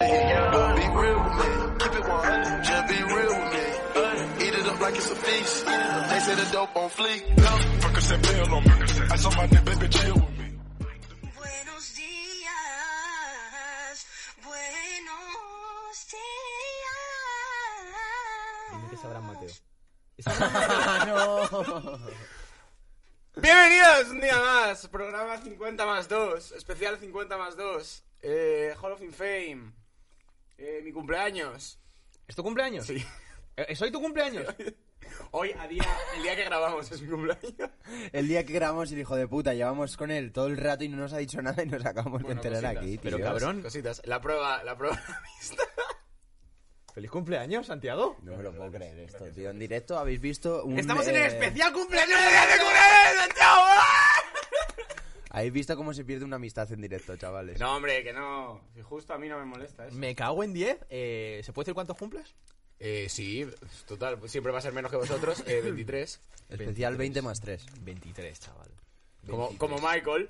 Be real with me. Keep it 100. Just be real with me. Eat it up like it's a feast. They say the dope on fleek. Fuck a pill on me. I saw my nigga, baby, chill with me. Buenos días, buenos días. Dime que sabrás Mateo. Bienvenidos un día más, programa 50 más 2, especial 50 más 2, eh, Hall of Fame, eh, mi cumpleaños. ¿Es tu cumpleaños? Sí. Eh, ¿Es hoy tu cumpleaños? Hoy, a día, el día que grabamos es mi cumpleaños. El día que grabamos el hijo de puta, llevamos con él todo el rato y no nos ha dicho nada y nos acabamos Bueno, de enterar cositas. aquí, tío. Pero cabrón, Cositas, la prueba, la prueba a la vista. feliz cumpleaños, Santiago. No me lo puedo creer esto, tío. En directo habéis visto un... Estamos en el eh, especial cumpleaños de día de cumpleaños, Santiago. Habéis visto cómo se pierde una amistad en directo, chavales. No, hombre, que no, si justo a mí no me molesta eso. Me cago en 10. Eh, ¿Se puede decir cuántos cumples? Eh, sí, total, pues siempre va a ser menos que vosotros, eh, 23. Especial 20 más 3. 23, chaval. Como, como Michael.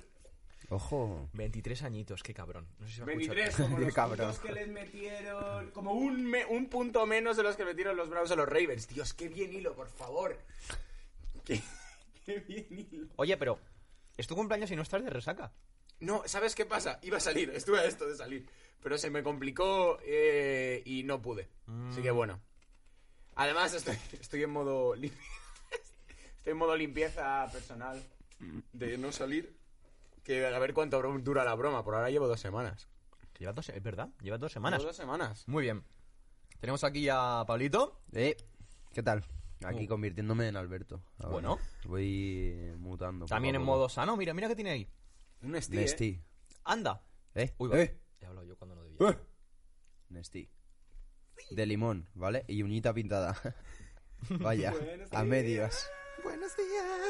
Ojo. 23 añitos, qué cabrón. No sé si se va a escuchar. 23, como Qué los cabrón. puntos que les metieron. Como un, me- un punto menos de los que metieron los Browns a los Ravens. Dios, qué bien hilo, por favor. Qué, qué bien hilo. Oye, pero es tu cumpleaños y no estás de resaca. No, ¿sabes qué pasa? Iba a salir, estuve a esto de salir. Pero se me complicó eh, y no pude. Mm. Así que bueno. Además, estoy, estoy en modo lim- Estoy en modo limpieza personal de no salir. Que a ver cuánto bro- dura la broma. Por ahora llevo dos semanas. Que Llevas dos, es verdad, llevas dos semanas. Llevo dos semanas. Muy bien. Tenemos aquí a Pablito. Eh, ¿qué tal? Aquí Uh. convirtiéndome en Alberto. ahora. Bueno. Voy mutando. poco También a en poco. modo sano. Mira, mira que tiene ahí. Un estilo. Nesti. Anda. Eh, Uy, va. eh, He hablado yo cuando no Uh. debía. eh. Nesti. De limón, ¿vale? Y uñita pintada. Vaya, a medias. Buenos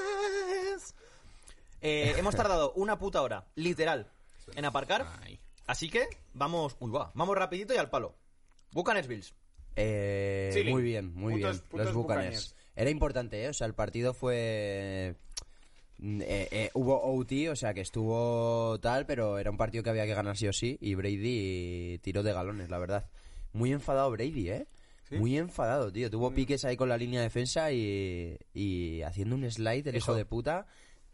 días. Eh, hemos tardado una puta hora, literal, en aparcar. Así que vamos, uy, va, vamos rapidito y al palo. Bucanes Bills. Eh, Sí, muy bien, muy puntos- bien. puntos los Buccaneers. Bucanes. Era importante, ¿eh? O sea, el partido fue... mm, eh, eh, hubo OT, o sea que estuvo tal, pero era un partido que había que ganar sí o sí. Y Brady tiró de galones, la verdad. Muy enfadado Brady, ¿eh? Muy enfadado, tío. Tuvo piques ahí con la línea de defensa y, y haciendo un slide, el hijo de puta,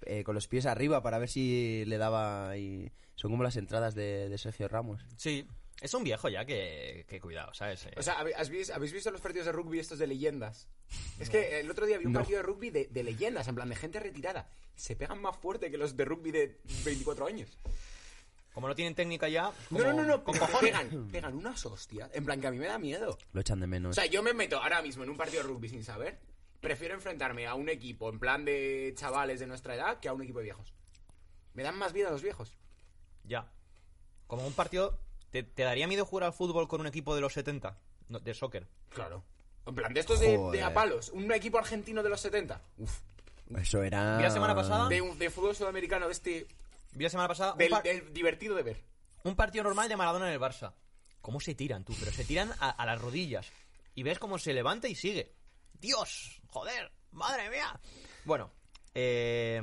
eh, con los pies arriba para ver si le daba. ahí- Son como las entradas de, de Sergio Ramos. Sí. Es un viejo ya que, que cuidado, ¿sabes? Eh, O sea, ¿habe- has vis- ¿habéis visto los partidos de rugby estos de leyendas? Es que el otro día vi un No. partido de rugby de, de leyendas, en plan de gente retirada. Se pegan más fuerte que los de rugby de 24 años. como no tienen técnica ya. No, como- no, no, no. Con pero cojones. pegan, pegan unas hostias. En plan que a mí me da miedo. Lo echan de menos. O sea, yo me meto ahora mismo en un partido de rugby sin saber. Prefiero enfrentarme a un equipo en plan de chavales de nuestra edad que a un equipo de viejos. Me dan más vida los viejos. Ya. Como un partido. ¿te, te daría miedo jugar al fútbol con un equipo de los 70? No, de soccer. Claro. En plan de estos de, de Joder. a palos. Un equipo argentino de los 70. Uf. Eso era. Vi la semana pasada- De, un- de fútbol sudamericano de este. Vi la semana pasada. un del- par- del divertido de ver. Un partido normal de Maradona en el Barça. ¿Cómo se tiran, tú? Pero se tiran a, a las rodillas. Y ves cómo se levanta y sigue. ¡Dios! ¡Joder! ¡Madre mía! Bueno, eh,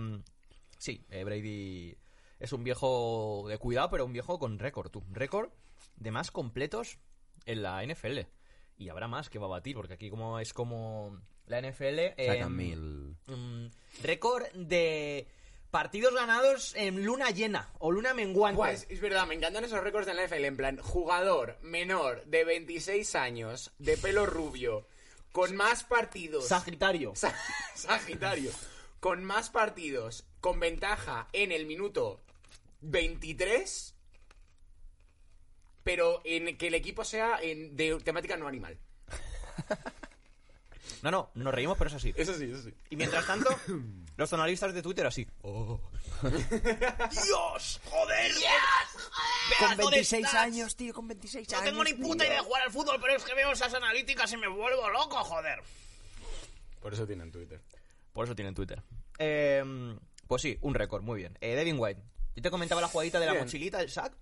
sí, eh, Brady es un viejo de cuidado, pero un viejo con récord, tú. Récord de más completos en la NFL. Y habrá más que va a batir, porque aquí como es como la NFL... Sacan em, mil. mm, récord de partidos ganados en luna llena o luna menguante. Buah, es, es verdad, me encantan esos récords de la NFL. En plan, jugador menor de 26 años, de pelo rubio, con más partidos. Sagitario. Sa- Sagitario. Con más partidos, con ventaja en el minuto 23. Pero en que el equipo sea en- de temática no animal. No, no, nos reímos, pero es así. Eso sí, eso sí. Y mientras tanto, los analistas de Twitter así. Oh. ¡Dios! ¡Joder! Con Pedazo de 26 stats. años, tío, con 26 No años. tengo ni puta tío. idea de jugar al fútbol, pero es que veo esas analíticas y me vuelvo loco, joder. Por eso tienen Twitter. Por eso tienen Twitter. Eh, pues sí, un récord, muy bien. Eh, Devin White, yo te comentaba la jugadita de la Bien. mochilita, el sack,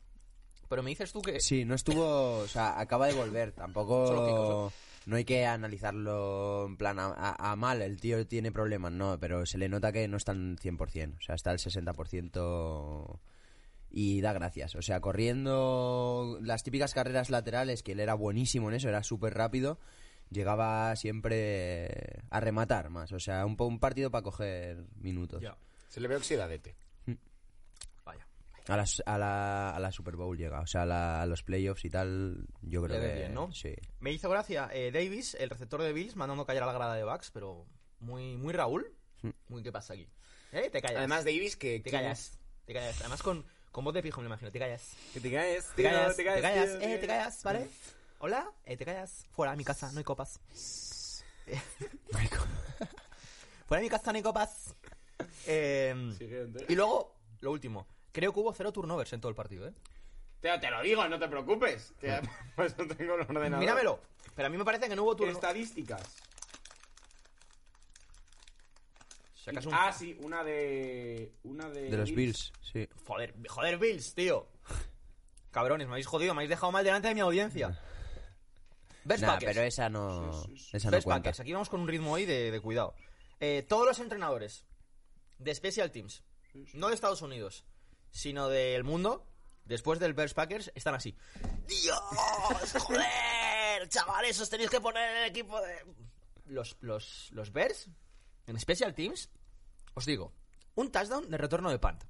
pero me dices tú que... Sí, no estuvo. O sea, acaba de volver. Solo pico, Tampoco. solo. No hay que analizarlo en plan a, a- a mal. El tío tiene problemas, no. Pero se le nota que no está al 100%. O sea, está al 60%. Y da gracias. O sea, corriendo las típicas carreras laterales, que él era buenísimo en eso, era súper rápido. Llegaba siempre a rematar más. O sea, un, po- un partido para coger minutos. Ya. Se le ve oxidadete. Vaya. A, las- a la, a la Super Bowl llega. O sea, a, la- a los playoffs y tal, yo creo Le ve que. bien, ¿no? Sí. Me hizo gracia eh, Davis, el receptor de Bills, mandando callar a la grada de Bucks, pero muy, muy Raúl. Muy, ¿qué pasa aquí? ¿Eh? Te callas. Hmm. Además, Davis, que. te callas. Te callas. Además, con, con voz de pijo, me imagino. Te callas. Que te calles. Te tío, callas. te Te calles, callas. tío, Mm. Eh, tío. te callas, ¿vale? Hola. Eh, te callas. Fuera de mi casa, no hay copas. Fuera de mi casa, no hay copas. Eh, Siguiente. y luego, lo último. Creo que hubo cero turnovers en todo el partido, ¿eh? Te, te lo digo, no te preocupes. Que por eso tengo el ordenador. Míramelo. Pero a mí me parece que no hubo turnovers. Estadísticas. Sacas un Ah, sí, una de. Una de. De los Bills, sí. Joder, joder, Bills, tío. Cabrones, me habéis jodido, me habéis dejado mal delante de mi audiencia. Best Nah, Packers. pero esa no, esa no Best cuenta. Packers. Aquí vamos con un ritmo hoy de, de cuidado. Eh, todos los entrenadores de Special Teams, no de Estados Unidos, sino del mundo, después del Best Packers, están así. ¡Dios! ¡Joder! Chavales, os tenéis que poner en el equipo de... Los, los, los Bears, en Special Teams, os digo, un touchdown de retorno de punt.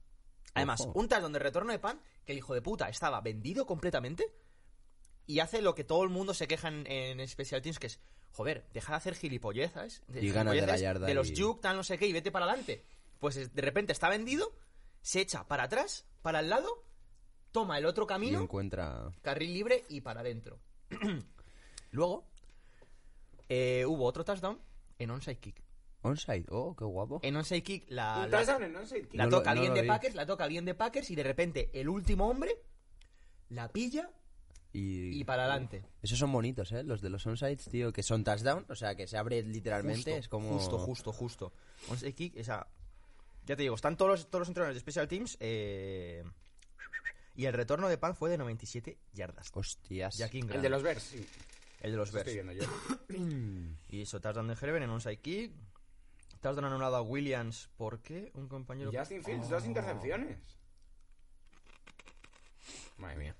Además, Ojo. un touchdown de retorno de punt que el hijo de puta estaba vendido completamente y hace lo que todo el mundo se queja en, en Special Teams, que es, joder, deja de hacer gilipolleces, de, Y ganas de la gilipolleces yarda de los y- juke, tal, no sé qué, y vete para adelante. Pues es- de repente está vendido, se echa para atrás, para el lado, toma el otro Y camino, encuentra... carril libre y para adentro. Luego, eh, hubo otro touchdown en onside kick. Onside, oh, qué guapo. En onside kick la... Un Ah, la- touchdown en onside kick. la No lo- toca no alguien lo de vi. Packers, la toca alguien de Packers y de repente el último hombre la pilla Y, y para adelante. Esos son bonitos, ¿eh? Los de los onsides, tío, que son touchdown, o sea, que se abre literalmente, Justo, es como... Justo, justo, justo. Onside kick, esa... Ya te digo, están todos los, todos los entrenadores de Special Teams eh, y el retorno de Pan fue de 97 yardas. Hostias. Jack Ingram, El de los Bears, sí. el de los Estoy Bears. viendo yo. Y eso, touchdown de Herbert en onside kick. Touchdown anulado a Williams porque un compañero... Y Justin Fields, dos intercepciones. Madre mía.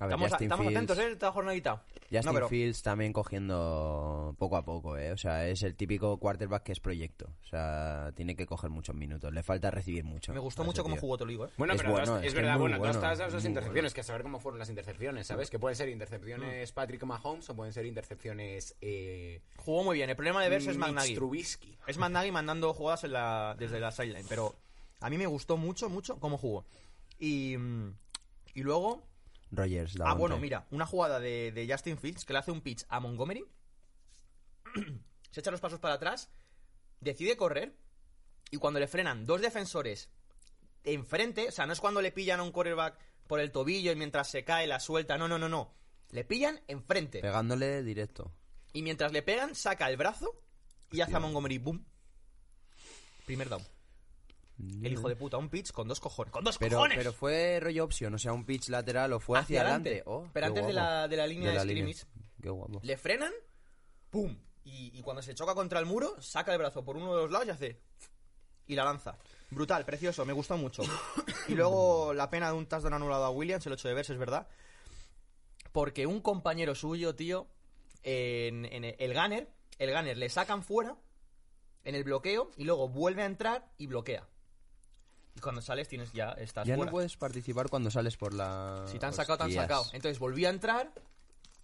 A ver, Estamos, Justin estamos Fields- atentos, ¿eh? Esta jornadita. Justin No, pero- Fields también cogiendo poco a poco, ¿eh? O sea, es el típico quarterback que es proyecto. O sea, tiene que coger muchos minutos. Le falta recibir mucho. Me gustó a ese mucho cómo tío. jugó, te lo digo, ¿eh? Bueno, Es pero bueno, dos- es es que verdad, muy bueno, bueno, dos touchdowns, muy dos bueno. intercepciones, que a saber cómo fueron las intercepciones, ¿sabes? Que pueden ser intercepciones Patrick Mahomes o pueden ser intercepciones eh, Jugó muy bien. El problema de Bears es Mitch McNaghy. Trubisky. Es Mandagi mandando jugadas en la- desde la sideline, pero a mí me gustó mucho, mucho cómo jugó. Y, mm, y luego... Rogers, ah, Davante. bueno, mira, una jugada de, de Justin Fields que le hace un pitch a Montgomery. se echa los pasos para atrás, decide correr y cuando le frenan dos defensores enfrente, o sea, no es cuando le pillan a un quarterback por el tobillo y mientras se cae la suelta, no, no, no, no. Le pillan enfrente. Pegándole directo. Y mientras le pegan, saca el brazo y hace a Montgomery. ¡Boom! Primer down. El hijo de puta, un pitch con dos cojones. ¡Con dos Mm. Pero, cojones! pero fue rollo opción, o sea, un pitch lateral o fue hacia, Hacia adelante. adelante. Oh, Pero qué antes de guapo. la- de la línea de scrimmage. Qué guapo. Le frenan, ¡pum! Y, y cuando se choca contra el muro, saca el brazo por uno de los lados y hace. Y la lanza. Brutal, precioso, me gustó mucho. Y luego la pena de un touchdown anulado a Williams, el 8 de verse, es verdad. Porque un compañero suyo, tío, en, en el el gunner, el gunner le sacan fuera en el bloqueo y luego vuelve a entrar y bloquea. Y cuando sales tienes ya estás Ya fuera. no puedes participar cuando sales por la. Si te han sacado, te han Hostias. sacado. Entonces volvió a entrar,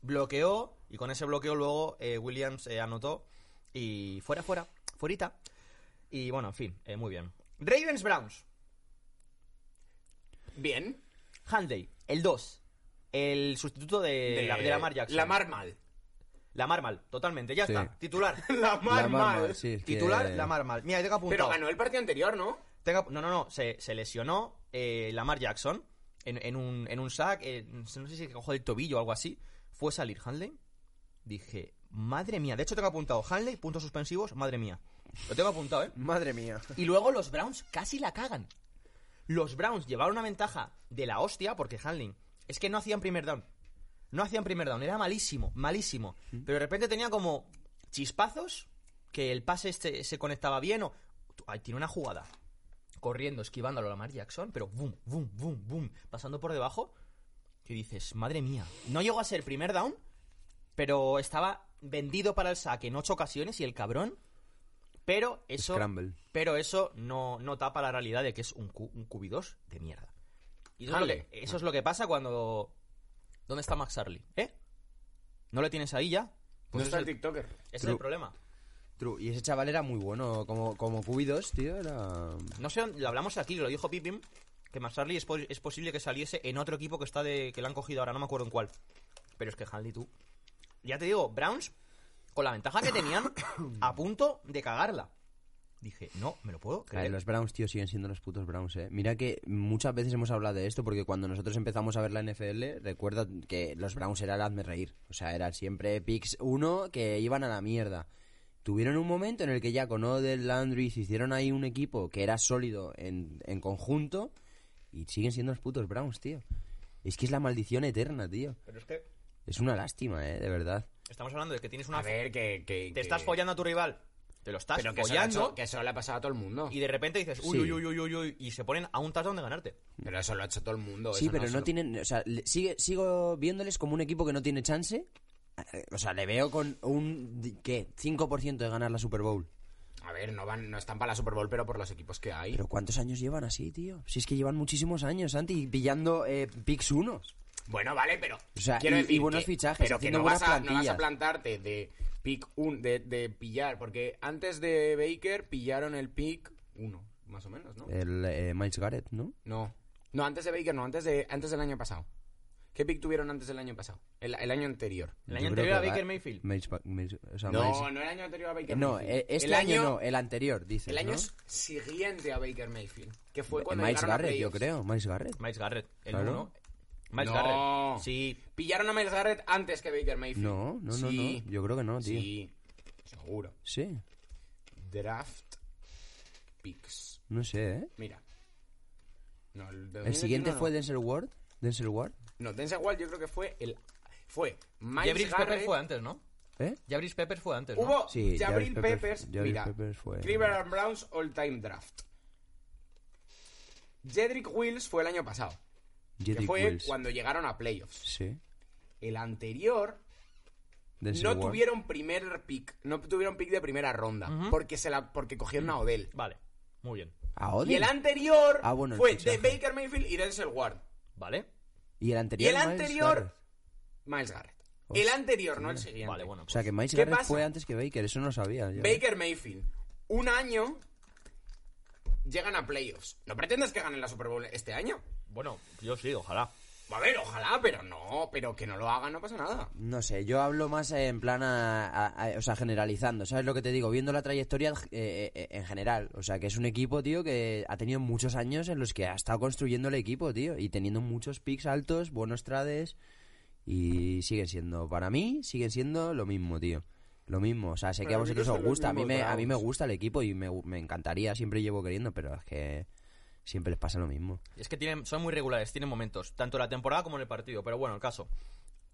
bloqueó, y con ese bloqueo luego eh, Williams eh, anotó. Y fuera, fuera, fuerita. Y bueno, en fin, eh, muy bien. Ravens Browns, Bien. Handley, el 2. El sustituto de, la, de Eh, Lamar Jackson. Lamar mal. La mar mal, totalmente, ya Sí. está. Titular. La mar La mal. Marmar, sí, es que- Titular, la mar mal. Mira, tengo Pero apuntado. ganó el partido anterior, ¿no? Tenga- no, no, no. Se, se lesionó eh, Lamar Jackson en, en un, en un sack. eh, no sé si cojo el tobillo o algo así. Fue a salir Hanley. Dije, madre mía. De hecho, tengo apuntado Hanley, puntos suspensivos, madre mía. Lo tengo apuntado, ¿eh? Madre mía. Y luego los Browns casi la cagan. Los Browns llevaron una ventaja de la hostia porque Hanley es que no hacían primer down. No hacían primer down, era malísimo, malísimo. Pero de repente tenía como chispazos que el pase este se conectaba bien o ay, tiene una jugada corriendo, esquivando a Lamar Jackson, pero boom, boom, boom, boom, pasando por debajo. Que dices, madre mía, no llegó a ser primer down, pero estaba vendido para el saque en ocho ocasiones y el cabrón. Pero eso, Scramble. pero eso no, no tapa la realidad de que es un, cu- un QB2 de mierda. Y eso, es lo que, Harley. eso es lo que pasa cuando. ¿Dónde está Max Harley? ¿Eh? ¿No le tienes ahí ya? No Pues está el es, el, TikToker. es el problema. True. Y ese chaval era muy bueno, como, como QB2, tío, era... No sé, lo hablamos aquí, lo dijo Pippin, que Max Harley es, po- es posible que saliese en otro equipo que está de que lo han cogido ahora, no me acuerdo en cuál. Pero es que Harley, tú. Ya te digo, Browns, con la ventaja que tenían, a punto de cagarla. Dije, no, me lo puedo Ay, creer. los Browns, tío, siguen siendo los putos Browns, eh. Mira que muchas veces hemos hablado de esto porque cuando nosotros empezamos a ver la NFL, recuerda que los Browns era el hazme reír. O sea, eran siempre picks uno que iban a la mierda. Tuvieron un momento en el que ya con Odell, Landry se hicieron ahí un equipo que era sólido en, en conjunto y siguen siendo los putos Browns, tío. Es que es la maldición eterna, tío. Pero es que Es una lástima, eh, de verdad. estamos hablando de que tienes una. A ver, que... que te estás follando a tu rival, te lo estás Pero que eso, le ha follando hecho- que eso le ha pasado a todo el mundo. y de repente dices, uy, Sí. uy, uy, uy, uy, uy, y se ponen a un touchdown de ganarte. Pero eso lo ha hecho todo el mundo. Sí, eso pero se no, lo- tienen. O sea, le- sigue, sigo viéndoles como un equipo que no tiene chance. Eh, O sea, le veo con un. di- ¿Qué? 5% de ganar la Super Bowl. A ver, no, van, no están para la Super Bowl, pero por los equipos que hay. ¿Pero cuántos años llevan así, tío? Si es que llevan muchísimos años, Santi, y pillando eh, picks unos. Bueno, vale, pero. O sea, y- y buenos fichajes, Pero que haciendo no vas, buenas a, no vas a plantillas. plantarte de pick 1, de, de pillar, porque antes de Baker pillaron el pick 1, más o menos, ¿no? El eh, Miles Garrett, ¿no? No. No, antes de Baker, no, antes, de, antes del año pasado. ¿Qué pick tuvieron antes del año pasado? El, el año anterior. El Yo creo año anterior a que Baker Ga- Mayfield. Miles Ba- Miles- o sea, Miles- No, no el año anterior a Baker no, Mayfield. eh, este el año, no, el anterior, dice. El año siguiente a Baker Mayfield. Que fue cuando Eh, Miles llegaron a Garrett, yo playoffs. creo. Miles Garrett. Miles Garrett, el Claro. uno. Miles No. Garrett. Sí. Pillaron a Miles Garrett antes que Baker Mayfield. No, no, no, Sí. no. Yo creo que no, tío. Sí, seguro. Sí. Draft picks. No sé, ¿eh? Mira. No, el, de El siguiente 2021 fue no. Denzel Ward. Denzel Ward. No, Denzel Ward yo creo que fue el... Fue Miles Jabris Peppers Garrett... fue antes, ¿no? ¿eh? Jabris Peppers fue antes, ¿no? Hubo Sí, Jabril Jarvis Peppers- Peppers, Jarvis mira, Peppers fue- Cleveland Browns All Time Draft. Jedrick Wills fue el año pasado, que Jedrick fue Wills. cuando llegaron a playoffs. Sí. El anterior Denzel no Ward. tuvieron primer pick, no tuvieron pick de primera ronda, porque se la porque cogieron a Odell. Vale, muy bien. Ah, Odell. Y el anterior Ah, bueno, el fue de fichaje. Baker Mayfield y Denzel Ward. Vale, Y el Y anterior. el Miles anterior Garrett. Miles Garrett. Hostia. El anterior, no el siguiente. vale, bueno. O pues. sea, que Miles ¿Qué Garrett pasa? fue antes que Baker. Eso no lo sabía. yo. Baker Mayfield, un año llegan a playoffs. ¿No pretendes que ganen la Super Bowl este año? pues, Bueno, yo sí, ojalá. A ver, ojalá, pero no, pero que no lo hagan no pasa nada. No sé, yo hablo más eh, en plan a, a- a- O sea, generalizando. ¿Sabes lo que te digo? Viendo la trayectoria eh, eh, en general. O sea, que es un equipo, tío, que ha tenido muchos años en los que ha estado construyendo el equipo, tío. Y teniendo muchos picks altos, buenos trades. Y siguen siendo, para mí, siguen siendo lo mismo, tío. Lo mismo, o sea, sé que Para a mí vosotros que son os los gusta, a mí, mismos me, a mí me Browns. gusta el equipo y me, gu- me encantaría, siempre llevo queriendo, pero es que siempre les pasa lo mismo. Es que tienen, son muy regulares, tienen momentos, tanto en la temporada como en el partido. Pero bueno, el caso.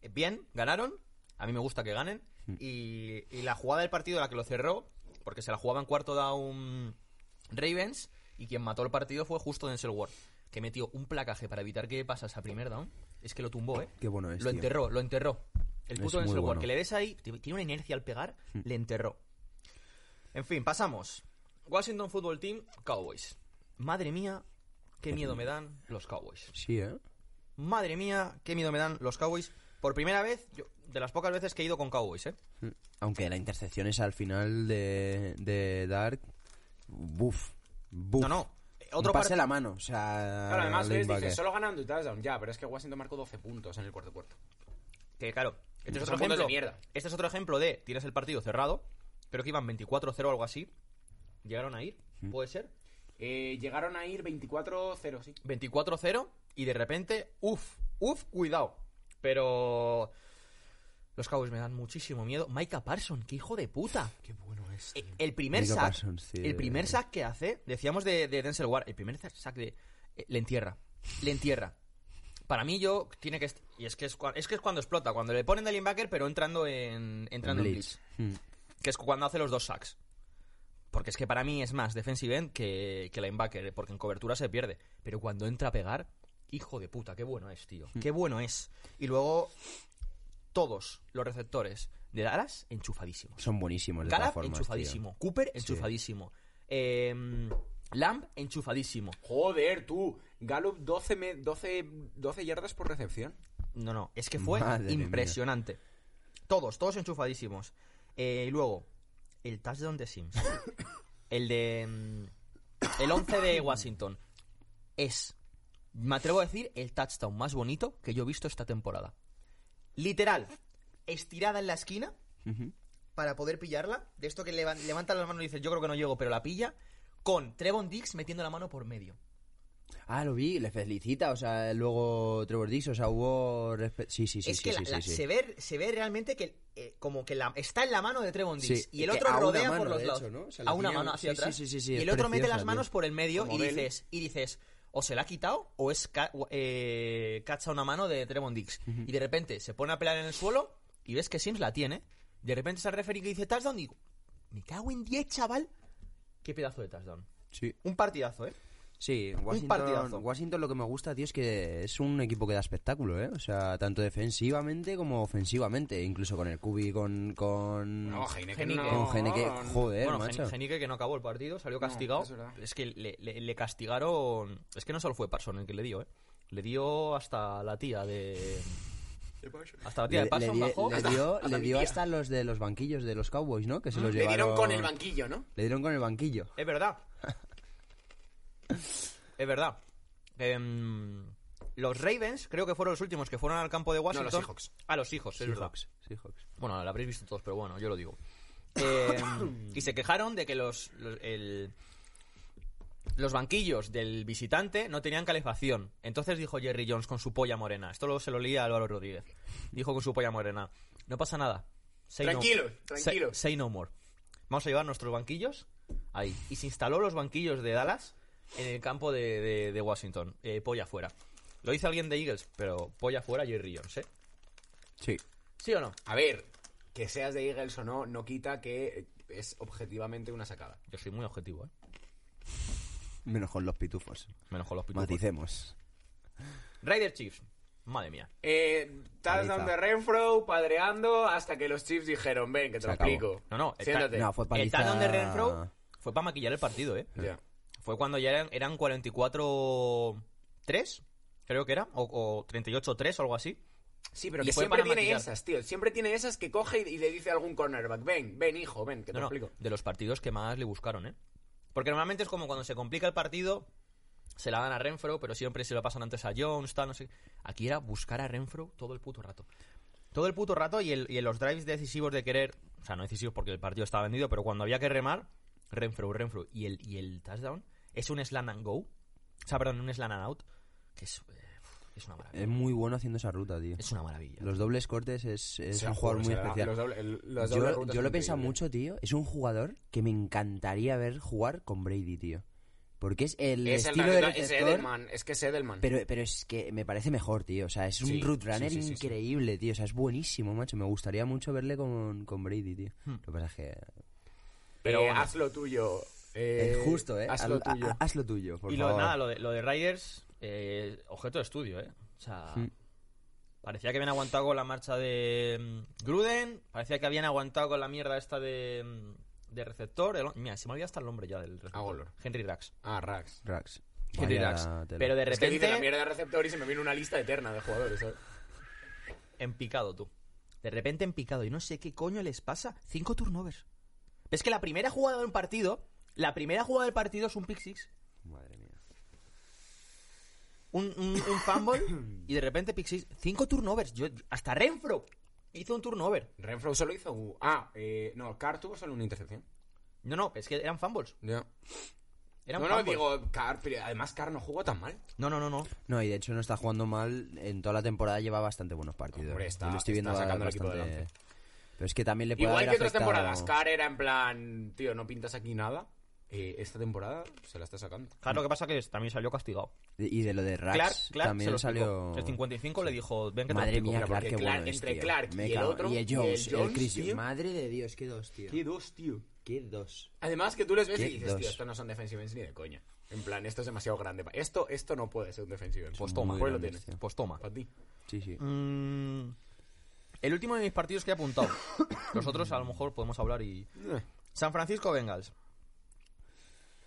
Eh, Bien, ganaron. A mí me gusta que ganen. Y, y la jugada del partido, la que lo cerró, porque se la jugaba en cuarto down Ravens, y quien mató el partido fue justo Denzel Ward, que metió un placaje para evitar que pasase a primer down. Es que lo tumbó, ¿eh? Qué bueno es, Lo tío. enterró, lo enterró. El Es puto muy Denzel Ward, bueno. Hmm. que le ves ahí, t- tiene una inercia al pegar, le enterró. En fin, pasamos. Washington Football Team, Cowboys. Madre mía, qué miedo me dan los Cowboys. Sí, ¿eh? Madre mía, qué miedo me dan los Cowboys. Por primera vez, yo- de las pocas veces que he ido con Cowboys, ¿eh? Aunque la intercepción es al final de, de Dark. Buf. Buf. No, no. Eh, Un Otro pase par- la mano, o sea. Claro, además les Linebacker. dicen solo ganando y touchdown. Ya, pero es que Washington marcó 12 puntos en el cuarto cuarto. Que claro, Este es Son otro puntos de ejemplo. mierda. Este es otro ejemplo de tienes el partido cerrado. Creo que iban 24-0 o algo así. Llegaron a ir, Hmm. puede ser. Eh, llegaron a ir 24-0, sí. 24-0 y de repente, uff, uff, cuidado. Pero los Cowboys me dan muchísimo miedo. Micah Parson, qué hijo de puta. Qué bueno es. El primer Micah sack, Parsons, sí, eh. el de- primer sack que hace, decíamos de, de Denzel Ward, el primer sack de eh, le entierra, le entierra. Para mí yo tiene que est- y es que es, cua- es que es cuando explota, cuando le ponen de linebacker pero entrando en entrando en blitz Hmm, que es cuando hace los dos sacks. Porque es que para mí es más defensive end que, que linebacker, eh, porque en cobertura se pierde. Pero cuando entra a pegar, hijo de puta, qué bueno es, tío. Mm. Qué bueno es. Y luego, todos los receptores de Dallas enchufadísimos. Son buenísimos de Gallup todas formas, enchufadísimo. Cooper enchufadísimo. Em, Lamb enchufadísimo. Joder, tú. Gallup 12, me- 12, 12 yardas por recepción. No, no, es que fue Madre mía. impresionante. Todos, todos enchufadísimos. Eh, y luego, el touchdown de Sims. el de. mm, El 11 de Washington. Es, me atrevo a decir, el touchdown más bonito que yo he visto esta temporada. Literal, estirada en la esquina tío. Ujú. para poder pillarla. De esto que levan- levanta la mano y dice, yo creo que no llego, pero la pilla. Con Trevon Dix metiendo la mano por medio. Ah, lo vi, le felicita, o sea, luego Trevor Dix, o sea, hubo... respe- Sí, sí, sí, es sí, que sí, la- sí, la- sí. se, ve, se ve realmente que eh, como que la, está en la mano de Trevon Diggs Sí, y el que otro a una rodea mano, por los de lados hecho, ¿no? O sea, a la una tenía- mano hacia sí, atrás sí, sí, sí, y es el otro mete preciosa, las manos tío. por el medio Como y Bell. dices y dices o se la ha quitado o es ca- o, eh, cacha una mano de Trevon Diggs y de repente se pone a pelar en el suelo y ves que Sims la tiene de repente se referee que dice touchdown y digo me cago en 10 chaval qué pedazo de touchdown Sí. un partidazo eh Sí, partidazo. Washington, Washington lo que me gusta, tío, es que es un equipo que da espectáculo, ¿eh? O sea, tanto defensivamente como ofensivamente, incluso con el Cubi, con... con... Heineken Mm. Heineken. Con Geneke, joder, bueno, macho. Gen- Genique que no acabó el partido, salió castigado. es verdad. es, que le, le- le castigaron. Es que no solo fue Parson el que le dio, ¿eh? Le dio hasta la tía de. Hasta la tía Le, de Parson le di- bajó. le dio, hasta le mi dio tía. hasta los de los banquillos de los Cowboys, ¿no? Que se los Le llevaron... dieron con el banquillo, ¿no? Le dieron con el banquillo. Es verdad. es verdad. Em, los Ravens creo que fueron los últimos que fueron al campo de Washington. Seahawks. A los hijos, es verdad. Seahawks, Seahawks. Bueno, lo habréis visto todos, pero bueno, yo lo digo. Eh, y se quejaron de que los, los, el- los banquillos del visitante no tenían calefacción. Entonces dijo Jerry Jones con su polla morena. Esto lo, se lo leía a Álvaro Rodríguez. Dijo con su polla morena. No pasa nada. Say no- Tranquilos, say- tranquilos. Say, no more. Vamos a llevar nuestros banquillos ahí. Y se instaló los banquillos de Dallas en el campo de, de- de Washington. Eh, polla fuera. Lo hizo alguien de Eagles, pero polla fuera Jerry Jones, ¿eh? Sí. ¿Sí o no? A ver, que seas de Eagles o no, no quita que es objetivamente una sacada. Yo soy muy objetivo, ¿eh? Menos con los pitufos. Menos con los pitufos. Maticemos. Raider Chiefs. Madre mía. Eh, touchdown Paliza. de Renfro, padreando, hasta que los Chiefs dijeron, ven, que te Se lo acabó. explico. No, no, está- Siéntate. No, fue paliza... El touchdown de Renfro fue para maquillar el partido, ¿eh? Ya. Fue cuando ya eran, eran 44-3, creo que era, o, o 38-3 o algo así. Sí, pero Y que fue siempre para tiene maquillar. esas, tío. Siempre tiene esas que coge y, y le dice a algún cornerback, ven, ven, hijo, ven, que te No, lo no, explico. de los partidos que más le buscaron, ¿eh? Porque normalmente es como cuando se complica el partido, se la dan a Renfro, pero siempre se lo pasan antes a Jones, tal, no sé. Aquí era buscar a Renfro todo el puto rato. Todo el puto rato y, el- y en los drives decisivos de querer, o sea, no decisivos porque el partido estaba vendido, pero cuando había que remar, Renfro, Renfro. Y el, y el touchdown es un slam and go, o sea, perdón, un slam and out, que es, eh, es una maravilla. Es muy bueno haciendo esa ruta, tío. Es una maravilla. Los dobles cortes es, es Se un lo jugador juro, muy o sea, especial. los doble- el- las dobles Yo, rutas yo lo he son pensado increíbles. mucho, tío. Es un jugador que me encantaría ver jugar con Brady, tío. Porque es el Es, el estilo de receptor- es receptor, Edelman, es que es Edelman. pero, pero es que me parece mejor, tío. O sea, es un Sí, root sí, runner sí, sí, sí. increíble, tío. O sea, es buenísimo, macho. Me gustaría mucho verle con, con Brady, tío. Hmm. Lo que pasa es que... pero bueno. haz lo tuyo. eh, Es justo, ¿eh? Haz Haz lo a- tuyo. a- haz lo tuyo, por y lo, favor. nada, lo de, lo de Riders, eh, objeto de estudio, ¿eh? O sea, parecía que habían aguantado con la marcha de mm, Gruden, parecía que habían aguantado con la mierda esta de, mm, de receptor. el- mira, se me olvida hasta el nombre ya del receptor. Agolor. Henry Rax. Ah, Rax. Rax. Henry Vaya Rax. tela. Pero de Es que dice la repente, mierda de receptor y se me viene una lista eterna de jugadores. ¿sabes? en picado tú. De repente en picado. Y no sé qué coño les pasa. Cinco turnovers. Es que la primera jugada de un partido, la primera jugada del partido es un pick six. Madre mía. un, un, un fumble y de repente Pixies, cinco turnovers. Yo, hasta Renfro. Hizo un turnover. Renfro solo hizo. u- ah, eh, no, Carr tuvo solo una intercepción. No, no, es que eran fanballs. Ya. Eran no, no, fumbles. digo, Carr, pero además Carr no jugó tan mal. No, no, no, no. No, y de hecho no está jugando mal. En toda la temporada lleva bastante buenos partidos. ¿eh? Hombre, está- Yo lo estoy está viendo sacando al equipo bastante... adelante. Pero es que también le puede Igual haber que otras afectado- temporadas, Carr era en plan, tío, no pintas aquí nada. Eh, esta temporada se la está sacando. Claro, lo que pasa es que también salió castigado. Y de lo de Rax Clark, Clark también se lo salió... explicó. El 55 le dijo, ven que te lo Madre explico. mía, Pero Clark, porque qué Clark- bueno es, entre tío. Clark Me y el cago- otro, Y y el el Jones, el Jones, Chris Jones. tío. Madre de Dios, qué dos, tío. Qué dos, tío. Qué dos. Además que tú les ves y Qué dices, dos. tío, estos no son defensive ends ni de coña. En plan, esto es demasiado grande. pa- Esto, esto no puede ser un defensive end. Pues Son toma, muy pues lo grandes, tienes. tío. Pues toma. Pa' ti. Sí, sí. Mm, el último de mis partidos que he apuntado. Los otros a lo mejor podemos hablar y... San Francisco Bengals.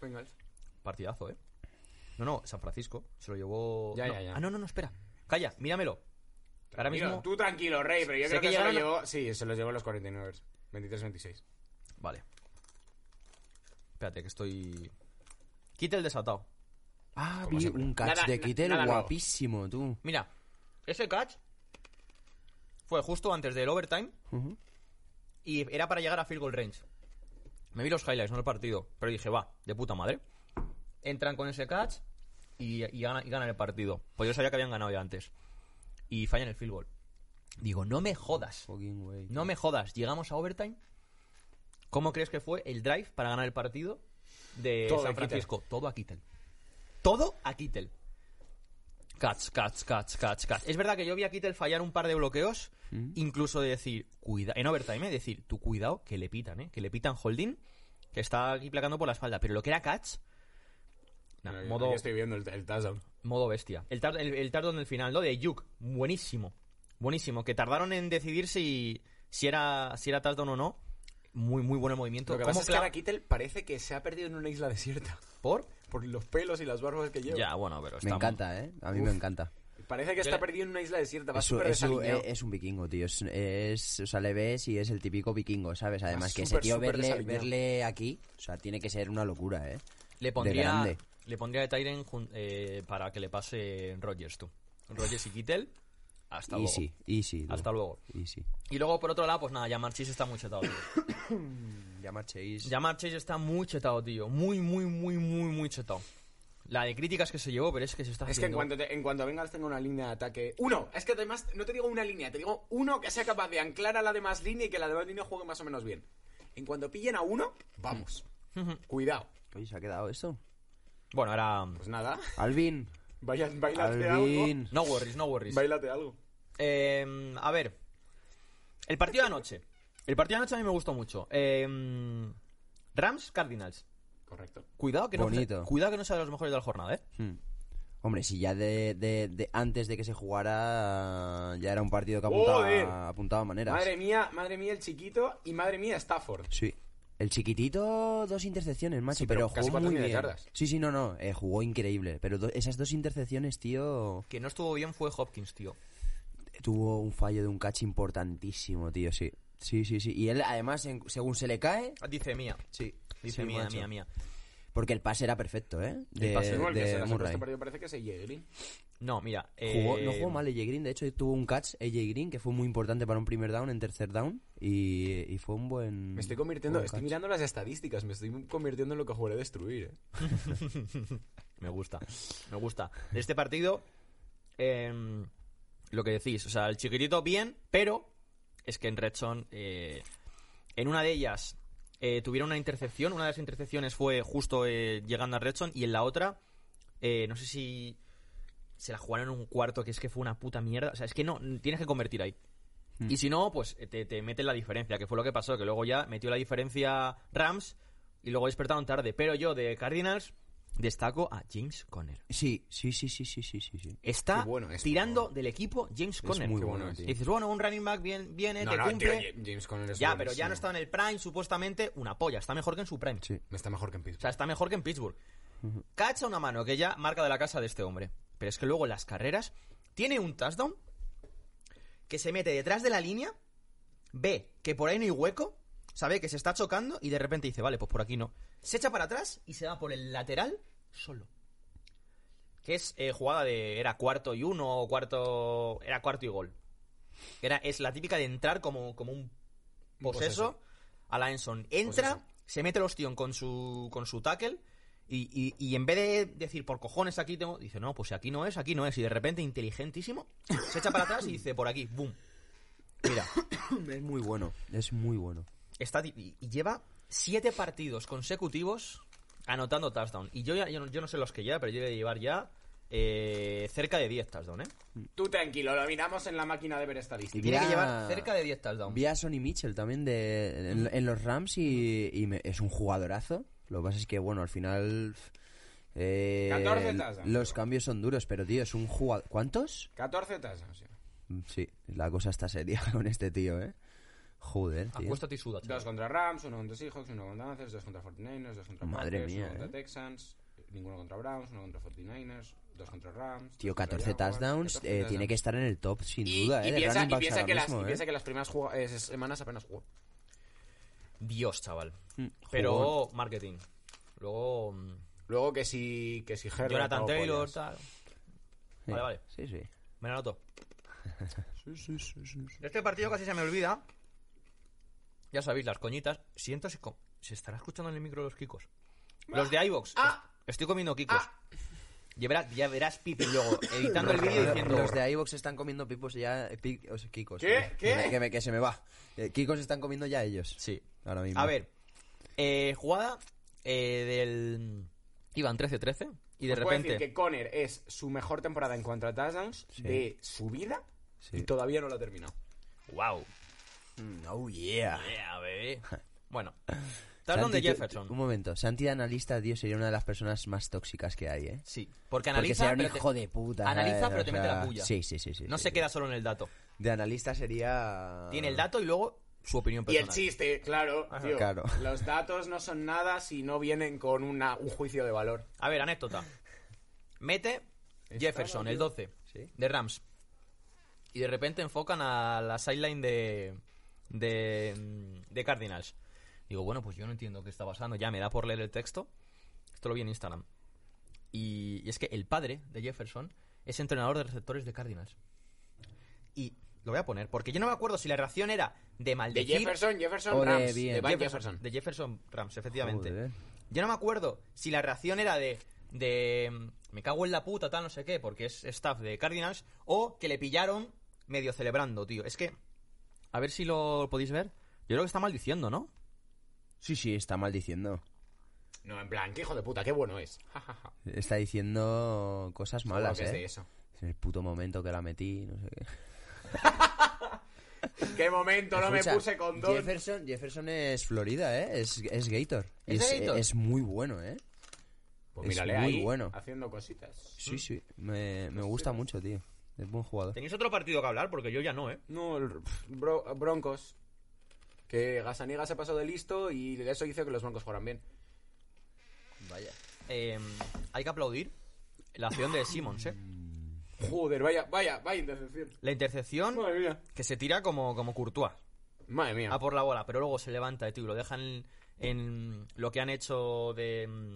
Venga. Partidazo, ¿eh? No, no, San Francisco. Se lo llevó... Ya, no. ya, ya. Ah, no, no, no, espera. Calla, míramelo. Ahora Mira, mismo... Tú tranquilo, Rey, pero yo Sé creo que que, se lo llegaron- llevó... Sí, se lo llevó a los 49 23-26. Vale. Espérate, que estoy... Quita el desatado. Ah, como vi siempre. un catch Nada- de Kittel nada nuevo. guapísimo, tú. Mira, ese catch fue justo antes del overtime Ujú. y era para llegar a field goal range. Me vi los highlights, no el partido, pero dije, va, de puta madre. Entran con ese catch y, y gana- y ganan el partido. Pues yo sabía que habían ganado ya antes. Y fallan el field goal. Digo, no me jodas. Fucking way. No me jodas, llegamos a overtime. ¿Cómo crees que fue el drive para ganar el partido de Todo a San Kittel. Francisco? Todo a Kittel. Todo a Kittel. Cats, cats, cats, cats, cats. Es verdad que yo vi a Kittel fallar un par de bloqueos, Mm. incluso de decir, cuida, en overtime, ¿eh? decir, tú cuidado, que le pitan, ¿eh? que le pitan holding, que está aquí placando por la espalda. Pero lo que era catch, nah, Mira, yo- modo, yo estoy viendo el, el touchdown. Modo bestia. El, tar- el, el tardo en el final, ¿no? De Yuk. Buenísimo. Buenísimo. Que tardaron en decidir si, si era si era touchdown o no. Muy, muy bueno el movimiento. Lo que ¿Cómo pasa es que cla- ahora Kittel parece que se ha perdido en una isla desierta. ¿Por? Por los pelos y las barbas que lleva. Ya, bueno, pero está... Me encanta, ¿eh? A mí me encanta. Parece que Yo está le- perdido en una isla desierta. Va Es, un- súper eh, es un- eh, desalineado. es un vikingo, tío. Es, es- o sea, le ves y es el típico vikingo, ¿sabes? Además, que Ah, ese súper, tío súper verle, desalineado. verle aquí, o sea, tiene que ser una locura, ¿eh? Le De pondría... grande. Le pondría de Tyren jun- eh, para que le pase Rogers, tú. Rogers y Kittel. Hasta luego. Easy, easy. tú. Hasta luego. Easy. Y luego, por otro lado, pues nada, ya Marchis está muy chetado, tío. Llama Chase. Ya Marchis está muy chetado, tío. Muy, muy, muy, muy, muy chetado. La de críticas que se llevó, pero es que se está Es que en haciendo- cuanto, te- en cuanto vengas tenga una línea de ataque... Uno, es que además no te digo una línea, te digo uno que sea capaz de anclar a la demás línea y que la demás línea juegue más o menos bien. En cuanto pillen a uno, vamos. Cuidado. Oye, ¿se ha quedado esto? Bueno, ahora... Pues nada, Alvin. vaya, bailate algo. Alvin. No worries, no worries. Bailate algo. Eh, a ver. El partido de anoche. El partido de anoche a mí me gustó mucho. Eh, Rams, Cardinals. Correcto. Cuidado que, no, Bonito. cuidado que no sea de los mejores de la jornada, ¿eh? Hmm. Hombre, si ya de, de- de- antes de que se jugara ya era un partido que Joder. apuntaba, apuntaba maneras. Madre mía, madre mía el chiquito y madre mía Stafford. Sí. El chiquitito, dos intercepciones, macho, Sí, pero pero, casi jugó muy 400 bien. yardas. Sí, sí, no, no, eh, jugó increíble. Pero do- esas dos intercepciones, tío, Que no estuvo bien fue Hopkins, tío. tuvo un fallo de un catch importantísimo, tío, sí. Sí, sí, sí. Y él, además, en- según se le cae... Dice mía. Sí. Dice sí, mía, macho. mía, mía. Porque el pase era perfecto, ¿eh? De, Pase gol, que de se la sacó Murray. este partido, parece que es AJ Green. No, mira. eh, Jugó- no jugó mal AJ Green, de hecho tuvo un catch AJ Green que fue muy importante para un primer down en tercer down y, y fue un buen... Me estoy convirtiendo, buen estoy catch. mirando las estadísticas, me estoy convirtiendo en lo que jugaré a destruir. ¿eh? Me gusta. Me gusta. De este partido. eh, lo que decís. O sea, el chiquitito bien, pero. Es que en Redson. en una de ellas. eh, tuvieron una intercepción. Una de las intercepciones fue justo eh, llegando a Redson. Y en la otra. eh, no sé si. Se la jugaron en un cuarto, que es que fue una puta mierda. O sea, es que no, tienes que convertir ahí. Y si no, pues te, te meten la diferencia, que fue lo que pasó, que luego ya metió la diferencia Rams y luego despertaron tarde. Pero yo de Cardinals destaco a James Conner. Sí, sí, sí, sí, sí, sí, sí. sí. Está Qué bueno es, tirando por favor. del equipo James Conner. muy Qué bueno bueno, es. tío. Y dices, bueno, un running back bien, viene, No, Eh, te no, tío, cumple. James Conner es ya, pero ya buenísimo. no está en el prime, supuestamente, una polla. Está mejor que en su prime. Sí. Está mejor que en O Pittsburgh. sea, está mejor que en Pittsburgh. Cacha una mano, que ya marca de la casa de este hombre. Pero es que luego en las carreras tiene un touchdown que se mete detrás de la línea, ve que por ahí no hay hueco, sabe que se está chocando y de repente dice, vale, pues por aquí no. Se echa para atrás y se va por el lateral solo. Que es eh, jugada de... Era cuarto y uno, o cuarto... Era cuarto y gol. Que era, es la típica de entrar como, como un poseso, poseso. a la Enson. Entra, Poseso. se mete el ostión con su, con su tackle y, y- y en vez de decir, por cojones aquí tengo, dice, no, pues si aquí no es, aquí no es. Y de repente, inteligentísimo, se echa para atrás y dice, por aquí, boom. Mira, Es muy bueno, es muy bueno. está, di- y y lleva siete partidos consecutivos anotando touchdown. Y yo, ya- yo, no- yo no sé los que ya, pero yo voy a llevar ya eh, cerca de 10 touchdowns, ¿eh? Tú tranquilo, lo miramos en la máquina de ver Y estadísticas. Tiene que Ya. llevar cerca de 10 touchdowns. Vi a Sonny Mitchell también de, Mm. en, en los Rams y, y me- es un jugadorazo. Lo que pasa es que, bueno, al final... eh, 14 tasas. los cambios son duros, pero, tío, es un jugador... ¿Cuántos? 14 tasas, sí. Mm, Sí, la cosa está seria con este tío, ¿eh? Joder, tío. Acuéstate y suda, chaval. Dos contra Rams, uno contra Seahawks, uno contra Panthers, dos contra 49ers, dos contra Madre Packers, mía, uno contra eh. Texans, ninguno contra Browns, uno contra 49ers, dos contra Rams. Tío, dos contra 14 Jaguars, touchdowns, 14 eh, tiene touchdowns. que estar en el top, sin Y- duda, y ¿eh? de piensa, running y backs piensa ahora que las, mismo, y ¿eh? piensa que las primeras jug- eh, semanas apenas jugó. Dios, chaval. jugón. Pero marketing. Luego mm, Luego que si, que si Herbert Jonathan o Taylor, Pollas. tal. Sí, Vale, vale. Sí, sí. Me la anoto. De Este partido casi se me olvida. Ya sabéis, las coñitas. Siento si co- se estará escuchando en el micro los kikos. Los de iVox. Ah. Es- Estoy comiendo kikos. Ya, verás, ya verás Pipi luego editando el vídeo diciendo... Los de iVox están comiendo pipos ya... eh, pi- o sea, Kikos. ¿Qué? eh, ¿Qué? Que, me- que me- que se me va. Eh, Kikos están comiendo ya ellos. Sí. Ahora mismo. A ver. eh, jugada eh, del... Iban 13-13 y de Os puedo Pues decir repente... que Conner es su mejor temporada en cuanto a touchdowns de su vida Sí. y todavía no lo ha terminado. ¡Wow! Mm, Oh, yeah. Yeah, baby. Eh, Bueno. Touchdown Santi, tú- tú- Un de Jefferson. momento, Santi de analista, tío, sería una de las personas más tóxicas que hay, ¿eh? Sí, porque Porque analiza, sería un pero te- hijo de puta. analiza, ¿sabes? pero O te mete la sea, puya. Sí, sí, sí. sí no sí, se sí. queda solo en el dato. De analista sería. Tiene el dato y luego su opinión Y el personal. chiste, claro, tío. Claro. Los datos no son nada si no vienen con una, un juicio de valor. A ver, anécdota. Mete Jefferson, el 12, de Rams. Y de repente enfocan a la sideline de, de, mm, de Cardinals. Digo, bueno, pues yo no entiendo qué está pasando. Ya me da por leer el texto. Esto lo vi en Instagram. Y, y es que el padre de Jefferson es entrenador de receptores de Cardinals. Y lo voy a poner, porque yo no me acuerdo si la reacción era de De maldecir... Jefferson, Jefferson O de Rams. De, bien. Van Jefferson. Jefferson, De Jefferson Rams, efectivamente. Joder. Yo no me acuerdo si la reacción era de. de. mm, Me cago en la puta, tal, no sé qué, porque es staff de Cardinals. O que le pillaron medio celebrando, tío. Es que. A ver si lo podéis ver. Yo creo que está maldiciendo, ¿no? Sí, sí, está maldiciendo. No, en plan, qué hijo de puta, qué bueno es. Ja, ja, ja. Está diciendo cosas malas, Seguro que es de ¿eh? eso. Es el puto momento que la metí, no sé qué. Qué momento, no me Escucha, puse con dos. Jefferson, Jefferson es Florida, ¿eh? Es, es Gator. Y ¿Es de Gator? es muy bueno, ¿eh? Pues es mírale muy ahí, bueno. haciendo cositas. Mm. Sí, sí. Me, me gusta mucho, tío. Es buen jugador. Tenéis otro partido que hablar, porque yo ya no, ¿eh? No, el- pf, bro- Broncos. Que Gasaniga se pasó de listo y eso hizo que los Broncos fueran bien. Vaya. Eh, hay que aplaudir la acción de Simmons, ¿eh? Joder, vaya, vaya, vaya intercepción. La intercepción Madre mía. que se tira como, como Courtois. Madre mía. a Ah, pues, por la bola, pero luego se levanta, tío, y lo dejan en, en lo que han hecho de. mm,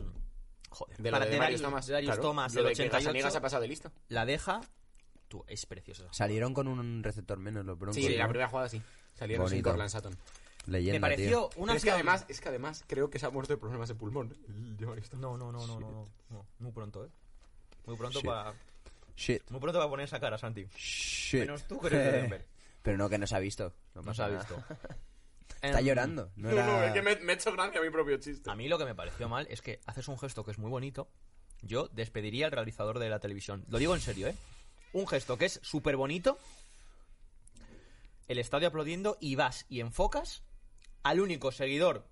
Joder, De lo para- de de Darius Darius- Thomas. de Darius claro. Thomas, Lo del de que Gasaniga 88, se ha pasado de listo. la deja. Tú, es precioso. Salieron con un receptor menos los Broncos. Sí, ¿no? la primera jugada sí. Salieron sin Bonito. Corland Sutton. Leyenda, Me pareció tío. una Pero es que acción- además, es que además creo que se ha muerto de problemas de pulmón. ¿eh? El Jamar Stone. No, no, no, no, no, no, no. Muy pronto, ¿eh? Muy pronto Sí. para. Shit. Muy pronto para poner esa cara, Santi. Shit. Menos tú que eres de Denver. Pero no, que no se ha visto. No, No se pasa ha nada. visto. Está Em, llorando. No, No, era- no, es que me, me he hecho gracia mi propio chiste. A mí lo que me pareció mal es que haces un gesto que es muy bonito. Yo despediría al realizador de la televisión. Lo digo en serio, ¿eh? Un gesto que es súper bonito. El estadio aplaudiendo y vas y enfocas al único seguidor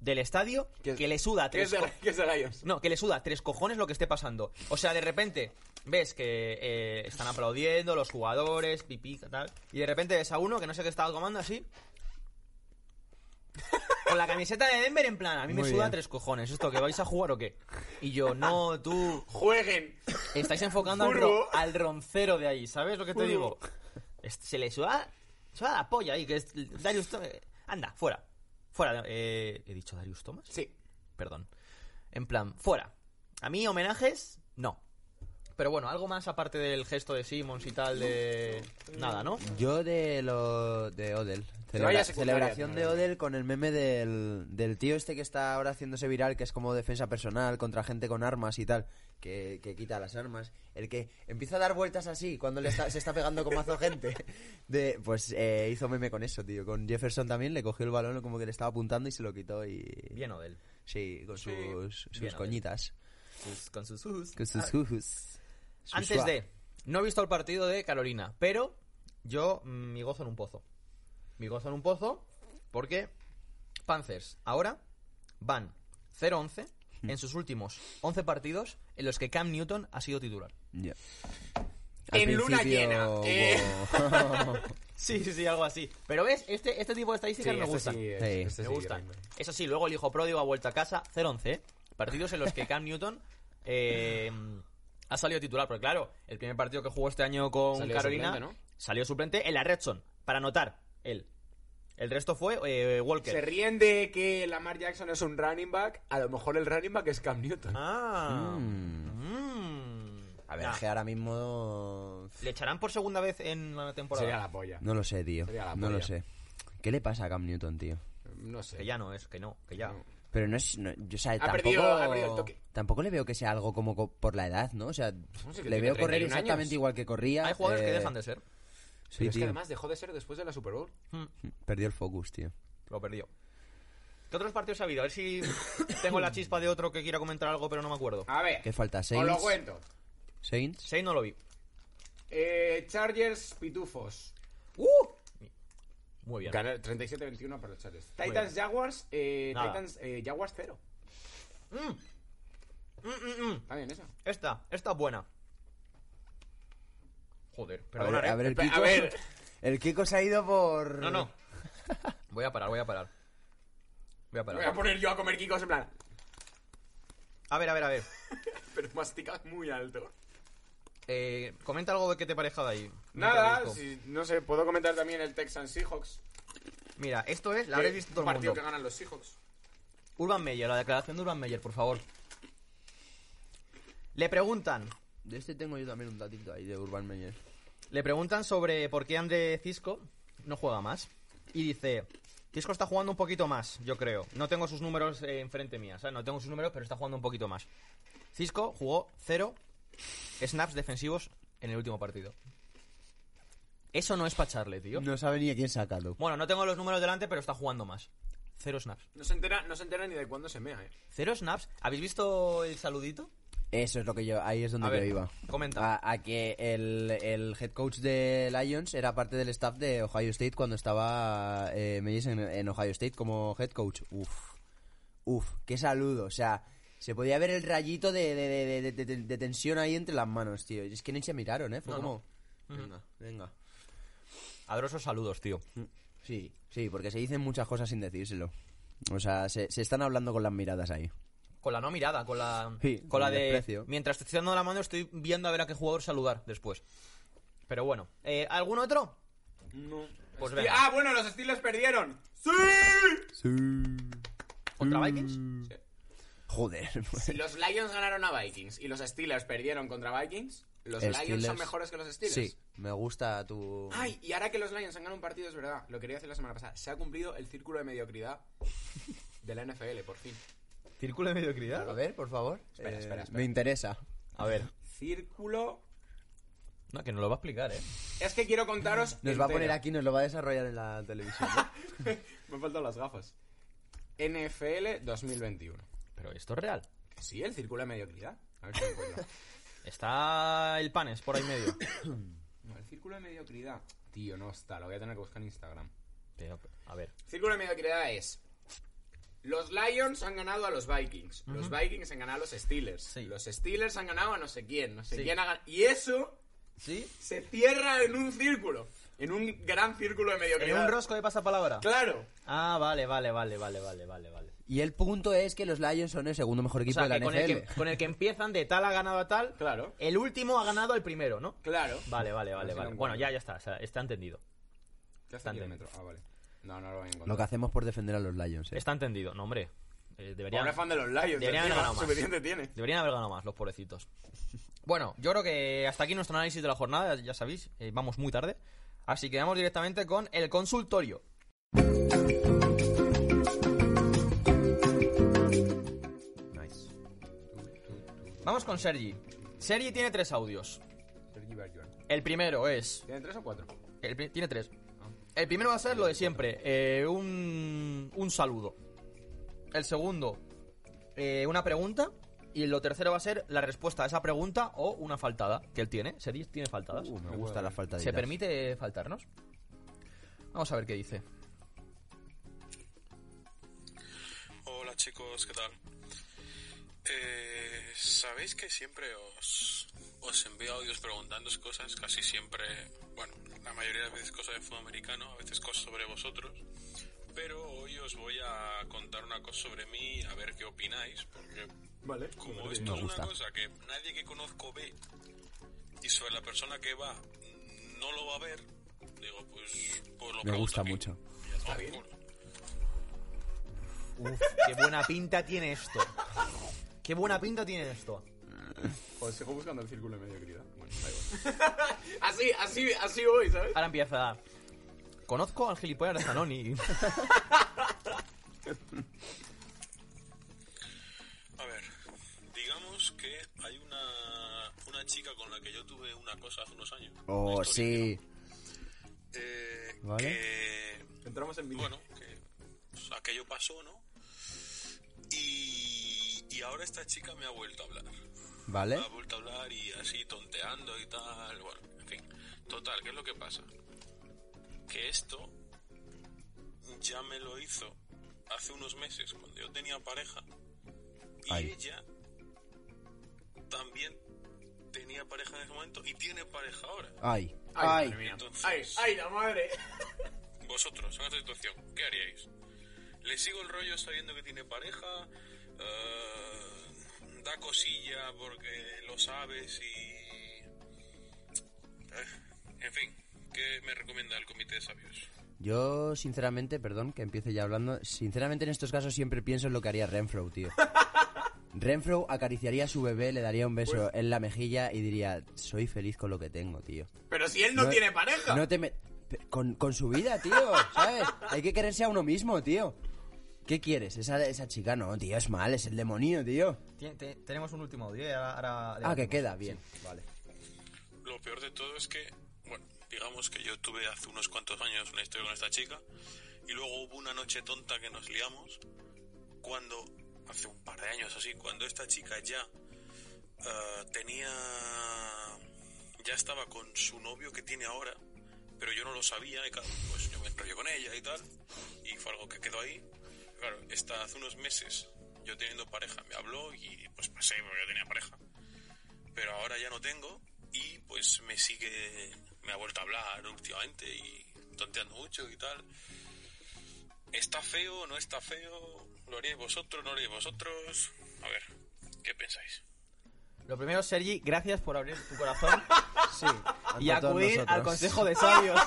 del estadio Que- que le suda ¿Qué es, tres de, co- qué es de Lions? no, que le suda tres cojones lo que esté pasando. O sea, de repente ves que eh, están aplaudiendo los jugadores, pipí, tal. Y de repente ves a uno que no sé qué estaba tomando así. Con la camiseta de Denver en plan, a mí me Muy suda bien. tres cojones. ¿Esto que vais a jugar o qué? Y yo, no, tú. Jueguen. Estáis enfocando al, ro- Furbo. al roncero de ahí, ¿sabes lo que te Furbo. digo? Es- Se le suda, suda la polla ahí, que es Darius Thomas. Anda, fuera. Fuera. eh, ¿He dicho Darius Thomas? Sí. perdón. En plan, fuera. A mí homenajes, no. Pero bueno, algo más aparte del gesto de Simmons y tal de... Nada, ¿no? Yo de lo de Odell. Pero vaya Celebra- secundaria, celebración de tío. Odell con el meme del, del tío este que está ahora haciéndose viral, que es como defensa personal contra gente con armas y tal, que, que quita las armas. El que empieza a dar vueltas así cuando le está- se está pegando con mazo gente. De, pues eh, hizo meme con eso, tío. Con Jefferson también le cogió el balón como que le estaba apuntando y se lo quitó y... Bien, Odell. Sí, con Sí, sus, sus bien, Odell. coñitas. Sus- con sus sus. Con Ah, sus jujus. Sus Antes sua. de, no he visto el partido de Carolina, pero yo mm, mi gozo en un pozo. Mi gozo en un pozo porque Panthers ahora van 0-11 Hmm. en sus últimos 11 partidos en los que Cam Newton ha sido titular. Ya. Al En luna principio llena, hubo- eh. Sí, sí, algo así. Pero ves, este, este tipo de estadísticas me gustan. este Sí. me gustan. Eso sí, luego el hijo pródigo ha vuelto a casa 0-11. ¿eh? Partidos en los que Cam Newton eh, ha salido titular. Porque claro, el primer partido que jugó este año con Salió Carolina suplente, ¿no? salió suplente en la Redson para anotar él. El resto fue eh, Walker. Se ríen de que Lamar Jackson es un running back. A lo mejor el running back es Cam Newton. Ah. Mm. Mm. A ver, Nah, es que ahora mismo. ¿Le echarán por segunda vez en la temporada? Sería la polla. No lo sé, tío. Sería la No lo polla. sé. ¿Qué le pasa a Cam Newton, tío? No sé. Que ya no es, que no, que ya. No. Pero no es. no- yo, o sea, tampoco. perdido- ha perdido el toque. Tampoco le veo que sea algo como co- por la edad, ¿no? O sea, sí que tiene le veo correr 31 exactamente años. igual que corría. Hay jugadores que eh, dejan de ser. Mm, Sí, Pero es tío. que además dejó de ser después de la Super Bowl. Perdió el focus, tío. Lo perdió. ¿Qué otros partidos ha habido? A ver si tengo la chispa de otro que quiera comentar algo, pero no me acuerdo. A ver, ¿Qué falta? os lo Saints. cuento. Saints. Seis no lo vi. Eh, Chargers, Pitufos. Muy bien. Ganar 37-21 para los Chargers. bien. Titans, Jaguars. eh, Nada. Titans, eh, Jaguars 0. Mm, mm, mm. Está bien eso. Esta, esta es buena. Joder, A ver, perdonad, ¿eh? a ver, el Espe- a Kiko. ver. El Kiko se ha ido por. No, no. Voy a parar, voy a parar. Voy a Me voy a parar. poner yo a comer kikos en plan. A ver, a ver, a ver. Pero masticas muy alto. Eh, comenta algo de que te parezca de ahí. Mientras Nada, busco. si- no sé, puedo comentar también el Texans Seahawks. Mira, esto es, la que- habréis visto todo un el partido mundo. que ganan los Seahawks. Urban Meyer, la declaración de Urban Meyer, por favor. Le preguntan, De este tengo yo también un datito ahí de Urban Meyer. Le preguntan sobre por qué André Cisco no juega más. Y dice, Cisco está jugando un poquito más, yo creo. No tengo sus números eh, enfrente mía, ¿sabes? No tengo sus números, pero está jugando un poquito más. Cisco jugó cero snaps defensivos en el último partido. Eso no es pacharle, tío. No sabe ni a quién sacarlo. Bueno, no tengo los números delante, pero está jugando más. Cero snaps. No se entera, no se entera ni de cuándo se mea, eh. ¿Cero snaps? ¿Habéis visto el saludito? Eso es lo que yo, ahí es donde A yo ver, iba. comenta. A, a que el, el head coach de Lions era parte del staff de Ohio State cuando estaba eh, Mellis en, en Ohio State como head coach. Uf, uf, qué saludo. O sea, se podía ver el rayito de, de, de- de- de- de- de tensión ahí entre las manos, tío. Y Es que ni se miraron, ¿eh? Fue No, como... Venga, venga. Adoro esos saludos, tío. Sí, sí, porque se dicen muchas cosas sin decírselo. O sea, se, se están hablando con las miradas ahí. Con la no mirada, con la, Sí, con con la el de. desprecio. Mientras estoy dando la mano, estoy viendo a ver a qué jugador saludar después. Pero bueno, Eh, ¿algún otro? Pues venga. Ah, bueno, los Steelers perdieron. ¡Sí! ¿Contra Vikings? Joder. Si los Lions ganaron a Vikings y los Steelers perdieron contra Vikings, los Lions son Steelers. mejores que los Steelers. Sí, me gusta tu... Ay, y ahora que los Lions han ganado un partido, es verdad, lo quería decir la semana pasada, se ha cumplido el círculo de mediocridad de la NFL, por fin. ¿Círculo de mediocridad? A ver, por favor. Espera, Eh, espera, espera. Me interesa. A ver. Círculo... No, que nos lo va a explicar, ¿eh? Es que quiero contaros... Nos va a entero. poner aquí, nos lo va a desarrollar en la televisión. ¿no? Me han faltado las gafas. NFL 2021. Pero esto es real. Sí, el círculo de mediocridad. A ver si lo encuentro. Está el Panes por ahí medio. No, el círculo de mediocridad. Tío, no está, lo voy a tener que buscar en Instagram. Pero, a ver. Círculo de mediocridad es. Los Lions han ganado a los Vikings. Los Vikings han ganado a los Steelers. Sí. Los Steelers han ganado a no sé quién. No sé Sí. quién ha ganado. Y eso ¿Sí? se cierra en un círculo. En un gran círculo de ¿En mediocridad. un rosco de pasapalabra? Claro. Ah, vale, vale, vale, vale, vale, vale, vale. y el punto es que los Lions son el segundo mejor O equipo sea, de que la con, el que, NFL. con el que empiezan de tal ha ganado a tal, Claro. el último ha ganado al primero, ¿no? Claro. Vale, vale, A ver si vale, lo vale. encuentro. Bueno, ya, ya está, o sea, está entendido. ¿Qué hace el kilómetro? Ah, vale. No, no lo voy a encontrar. Lo que hacemos por defender a los Lions. ¿eh? Está entendido, no, hombre. eh, deberían, Pobre fan de los Lions, deberían haber encima, ganado más. suficiente tiene. Deberían haber ganado más, los pobrecitos. Bueno, yo creo que hasta aquí nuestro análisis de la jornada, ya sabéis, eh, vamos muy tarde. Así que vamos directamente con el consultorio. Nice. Vamos con Sergi. Sergi tiene tres audios. Sergi Bergeron. El primero es ¿Tiene tres o cuatro? El pri- tiene tres. El primero va a ser lo de siempre, eh, un, un saludo. El segundo, eh, una pregunta. Y lo tercero va a ser la respuesta a esa pregunta o una faltada que él tiene. Se dice- tiene faltadas. Uh, me gusta la falta de ¿Se ideas. permite faltarnos? Vamos a ver qué dice. Hola chicos, ¿qué tal? Eh, Sabéis que siempre os, os envío audios preguntándoos cosas, casi siempre, bueno, la mayoría de veces cosas de fútbol americano, a veces cosas sobre vosotros, pero hoy os voy a contar una cosa sobre mí, a ver qué opináis, porque Vale. como esto es una cosa que nadie que conozco ve y sobre la persona que va mm, no lo va a ver, digo, pues, pues lo Me pregunto gusta aquí. mucho. Y a tomar por culo. Uf, qué buena pinta tiene esto. Qué buena pinta tiene esto. Joder, sigo buscando el círculo de mediocridad. Bueno, da igual. así, así, así voy, ¿sabes? Ahora empieza. Conozco al gilipollas de Zanoni. A ver, digamos que hay una, una chica con la que yo tuve una cosa hace unos años. Oh, una historia, sí. eh, Vale. que, Entramos en vídeo. bueno, que pues, aquello pasó, ¿no? Y, y ahora esta chica me ha vuelto a hablar. ¿Vale? Me ha vuelto a hablar y así tonteando y tal. Bueno, en fin. Total, ¿qué es lo que pasa? Que esto ya me lo hizo hace unos meses cuando yo tenía pareja. Y Ay. ella también tenía pareja en ese momento y tiene pareja ahora. Ay. Ay, Ay. madre mía. Entonces- ay, ay, la madre. Vosotros, en esta situación, ¿qué haríais? ¿Le sigo el rollo sabiendo que tiene pareja? Eh, ¿Da cosilla porque lo sabes y...? Eh, en fin, ¿qué me recomienda el comité de sabios? Yo, sinceramente, perdón que empiece ya hablando. Sinceramente, en estos casos siempre pienso en lo que haría Renfro, tío. Renfro acariciaría a su bebé, le daría un beso en la mejilla y diría: Soy feliz con lo que tengo, tío. Pero si él no, No- tiene pareja. No te me- pe- con, con su vida, tío, ¿sabes? Hay que quererse a uno mismo, tío. ¿Qué quieres? Esa, esa chica no, tío, es mal, es el demonio, tío. Tien- te- tenemos un último audio. y Ahora, ahora Ah, que debatimos. queda bien. Vale. Lo peor de todo es que, bueno, digamos que yo tuve hace unos cuantos años una historia con esta chica y luego hubo una noche tonta que nos liamos cuando, hace un par de años así, cuando esta chica ya ah, tenía, ya estaba con su novio que tiene ahora, pero yo no lo sabía y claro, pues yo me enrollé con ella y tal y fue algo que quedó ahí. Claro, está hace unos meses yo teniendo pareja me habló y pues pasé porque yo tenía pareja pero ahora ya no tengo y pues me sigue, me ha vuelto a hablar últimamente y tonteando mucho y tal. ¿Está feo? ¿No está feo? ¿Lo haríais vosotros? ¿No lo haríais vosotros? A ver, ¿qué pensáis? Lo primero, Sergi, gracias por abrir tu corazón Sí. y ante todos acudir nosotros. al consejo de sabios.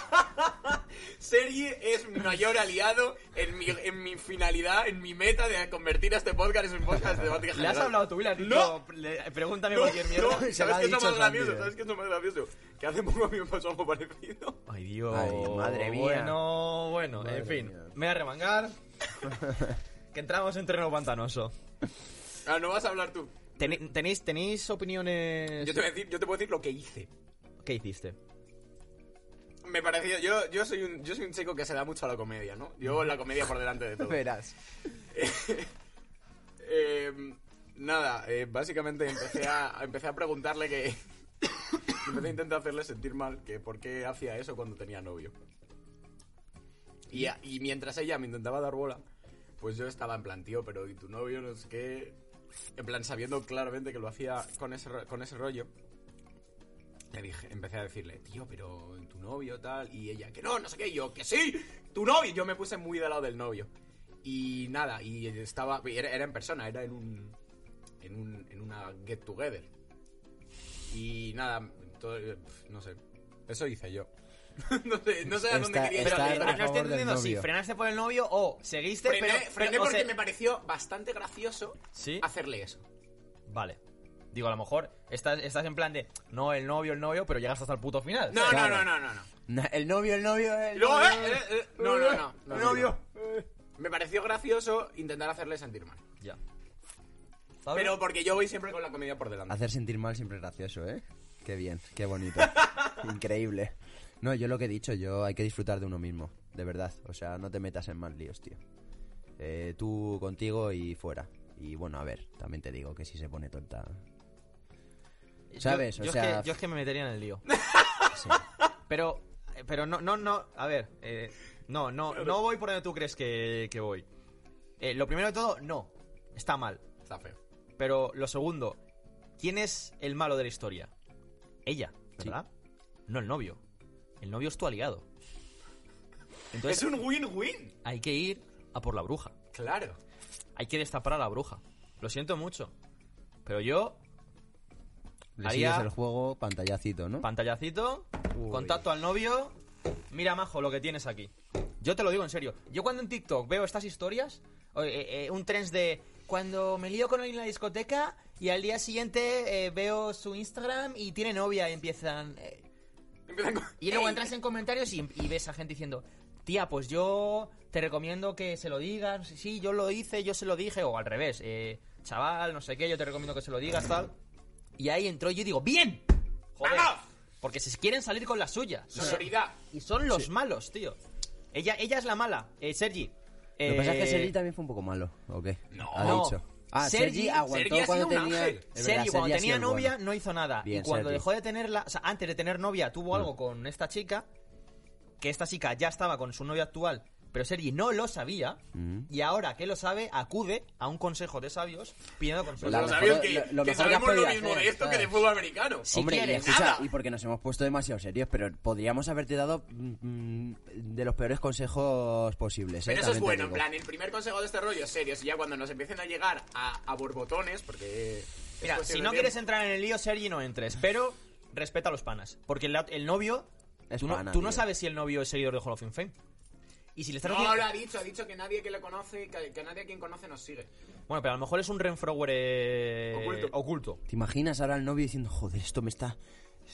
Sergi es mi mayor aliado en mi, en mi finalidad, en mi meta de convertir a este podcast en un podcast de debate ¿Le has general. hablado tú y le has dicho, No. "Le- pregúntame No, cualquier mierda? no, Se lo ¿sabes ha qué es lo dicho más gracioso? Santi. ¿Sabes qué es lo más gracioso? Que hace poco a mí me pasó algo parecido. Ay, Dios. Ay, madre mía. Bueno, bueno, en Madre fin. mía. Me voy a remangar. que entramos en terreno pantanoso. Ah, no vas a hablar tú. Teni- ¿Tenéis, tenéis opiniones? Yo te, Eh, voy a decir, yo te puedo decir lo que hice. ¿Qué hiciste? Me pareció, yo, yo, soy un, yo soy un chico que se da mucho a la comedia, ¿no? Yo la comedia por delante de todo. Verás. Eh, nada, eh, básicamente empecé a, empecé a preguntarle que... empecé a intentar hacerle sentir mal que por qué hacía eso cuando tenía novio. Y, a- y mientras ella me intentaba dar bola, pues yo estaba en plan, tío, pero ¿y tu novio? No es que... En plan, sabiendo claramente que lo hacía con ese, ro- con ese rollo. Le dije, empecé a decirle, tío, pero tu novio tal, y ella, que no, no sé qué, y yo, que sí, tu novio. Yo me puse muy del lado del novio. Y nada, y estaba, era, era en persona, era en un, en un, en una get together. Y nada, todo- no sé, eso hice yo. no sé, no sé a dónde Está- quería Pero, ir. está- pero a no favor estoy del entendiendo si novio. frenaste por el novio o seguiste, Frené, pero... frené pero- o porque sea- me pareció bastante gracioso ¿Sí? hacerle eso. Vale. Digo, a lo mejor estás, estás en plan de... No, el novio, el novio, pero llegas hasta el puto final. No, Claro. no, no, no, no, no. Na- El novio, el novio, el Luego, novio. eh, eh, eh, no, no, Ah, no, no, no. Me pareció gracioso intentar hacerle sentir mal. Ya. Pablo, Pero porque yo voy siempre con la comedia por delante. Hacer sentir mal siempre es gracioso, ¿eh? Qué bien, qué bonito. Increíble. No, yo lo que he dicho, yo hay que disfrutar de uno mismo, de verdad. O sea, no te metas en más líos, tío. Eh, tú contigo y fuera. Y bueno, a ver, también te digo que si se pone tonta. yo- ¿sabes? Yo, O es sea- que, yo es que me metería en el lío. sí. Pero, eh, pero no, no, no, a ver, eh, no, no, no voy por donde tú crees que, que voy. Eh, lo primero de todo, no, está mal. Está feo. Pero lo segundo, ¿quién es el malo de la historia? Ella, ¿verdad? No el novio. El novio es tu aliado. es Entonces un win-win. hay que ir a por la bruja. Claro. Hay que destapar a la bruja. Lo siento mucho. Pero yo, Le Haría- sigues el juego pantallacito, ¿no? pantallacito, Uy. contacto al novio. Mira, majo, lo que tienes aquí. Yo te lo digo en serio. Yo cuando en TikTok veo estas historias, o, eh, eh, un trend de cuando me lío con alguien en la discoteca y al día siguiente eh, veo su Instagram y tiene novia y empiezan... eh, Empiezan con- y luego ¡Ey! entras en comentarios y, y ves a gente diciendo, tía, pues yo te recomiendo que se lo digas, sí, yo lo hice, yo se lo dije, o al revés, eh, chaval, no sé qué, yo te recomiendo que se lo digas, tal. Y ahí entró yo y digo, ¡bien! ¡Joder! ¡Vamos! Porque se quieren salir con la suya. Sonoridad. Y son los malos, tío. Ella, ella es la mala, eh, Sergi. Lo que pasa es que eh, Sergi también fue un poco malo, ¿o qué? No. Ha dicho. Ah, Sergi, Sergi- aguantó Sergi ha sido cuando un tenía. ángel. Es verdad, Sergi, cuando ha tenía sido el novia, bueno. no hizo nada. Bien, Mm. y cuando Sergi. dejó de tenerla, o sea, antes de tener novia, tuvo algo con esta chica, que esta chica ya estaba con su novia actual, pero Sergi no lo sabía. Mm. Y ahora que lo sabe, acude a un consejo de sabios pidiendo Pues consejo. La lo mejor- sabéis que, lo- lo que mejor que sabemos has lo podido mismo hacer, de esto que de ¿sabes? fútbol americano. Si Hombre, y quieres, escucha, nada. y porque nos hemos puesto demasiado serios, pero podríamos haberte dado mm, mm, de los peores consejos posibles. ¿eh? Pero eso es También te bueno, en digo. plan, el primer consejo de este rollo, serio, si ya cuando nos empiecen a llegar a, a borbotones, porque... eh, es Mira, cuestión si de no tiempo. quieres entrar en el lío, Sergi, no entres. Pero respeta a los panas. Porque el, el novio. Es tú no, pana, tú no tío. sabes si el novio es seguidor de Hall of Fame. Y si le estás No, haciendo- lo ha dicho, ha dicho que nadie que lo conoce, que, que nadie a quien conoce nos sigue. Bueno, pero a lo mejor es un Renfrower eh, Oculto. oculto. ¿Te imaginas ahora al novio diciendo, joder, esto me está...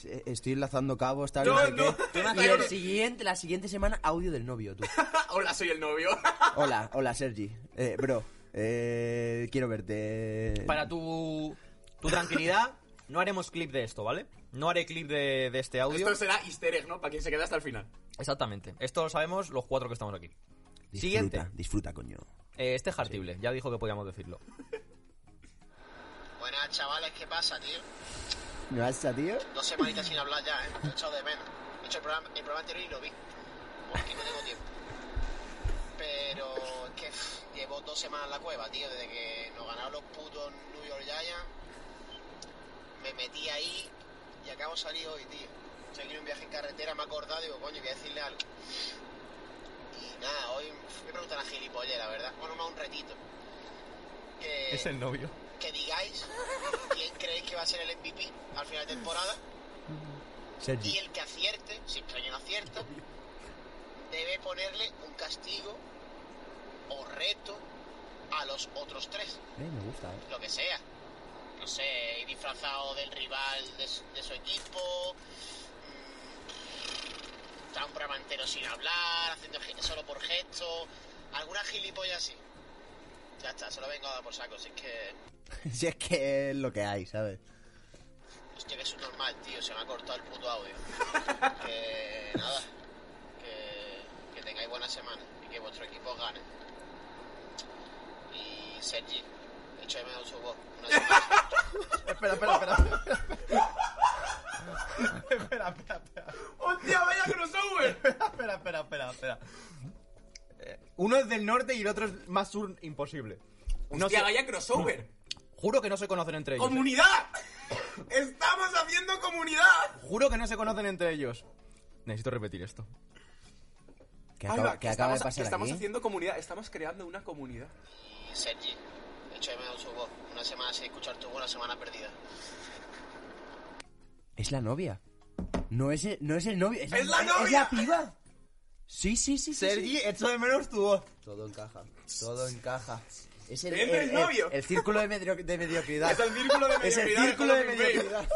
eh, Estoy enlazando cabos, tal, No, no, sé no. qué"? Está Y el con- siguiente, la siguiente semana, audio del novio, tú. Hola, soy el novio. Hola, hola, Sergi. Eh, bro, eh, quiero verte... Para tu, tu tranquilidad, no haremos clip de esto, ¿vale? No haré clip de, de este audio. Esto será easter egg, ¿no? Para quien se queda hasta el final. Exactamente. Esto lo sabemos los cuatro que estamos aquí. Disfruta, Siguiente. disfruta, coño. Eh, este es hartible, ya dijo que podíamos decirlo. Buenas chavales, ¿qué pasa, tío? ¿Me vas a, tío? Dos semanitas sin hablar ya, ¿eh? Lo he echado de menos. He hecho el programa, el programa anterior y lo vi. Porque no tengo tiempo. Pero es que pff, llevo dos semanas en la cueva, tío. Desde que nos ganaron los putos New York Giants. Me metí ahí y acabo de salir hoy, tío. Estoy aquí en un viaje en carretera, me he acordado, digo, coño, voy a decirle algo. Y nada, hoy me preguntan a gilipollera, ¿verdad? Bueno, no, un retito. Que- novio. que digáis quién creéis que va a ser el MVP al final de temporada Sergi. y el que acierte, si es que alguien acierta, debe ponerle un castigo o reto a los otros tres, Eh, me gusta, eh. lo que sea. No sé, ir disfrazado del rival de su, de su equipo, mm, estar un programa entero sin hablar, haciendo ge- solo por gestos, alguna gilipollas así. Ya está, se lo vengo a dar por saco, si es que Si es que es lo que hay, ¿sabes? Hostia, que es un normal, tío. Se me ha cortado el puto audio. que nada. Que, que tengáis buena semana y que vuestro equipo gane. Y Sergi, echo de menos su voz. Una semana. Espera, espera, espera. ¡Hostia, vaya crossover! Espera, espera, espera, espera. Eh, uno es del norte y el otro es más sur imposible. No ¡Hostia, sé- vaya crossover! juro que no se conocen entre ellos. eh. ¡Comunidad! ¡Estamos haciendo comunidad! eh. Juro que no se conocen entre ellos. Necesito repetir esto. ¿Qué acaba, Alba, qué acaba estamos- de pasar Estamos aquí? haciendo comunidad, estamos creando una comunidad. Y Sergi, echo de menos su voz. Una semana sin escuchar tu voz, una semana perdida. Es la novia. No es el, no es el novio. Es, ¡Es la es novia! la piba. Sí, sí, sí. sí, sí. Sergi, echo de menos tu voz. Todo encaja, todo encaja. Es el, Siempre el novio. el círculo de, medrio- de mediocridad. Es el círculo de Es el mediocridad, círculo de es como el mediocridad.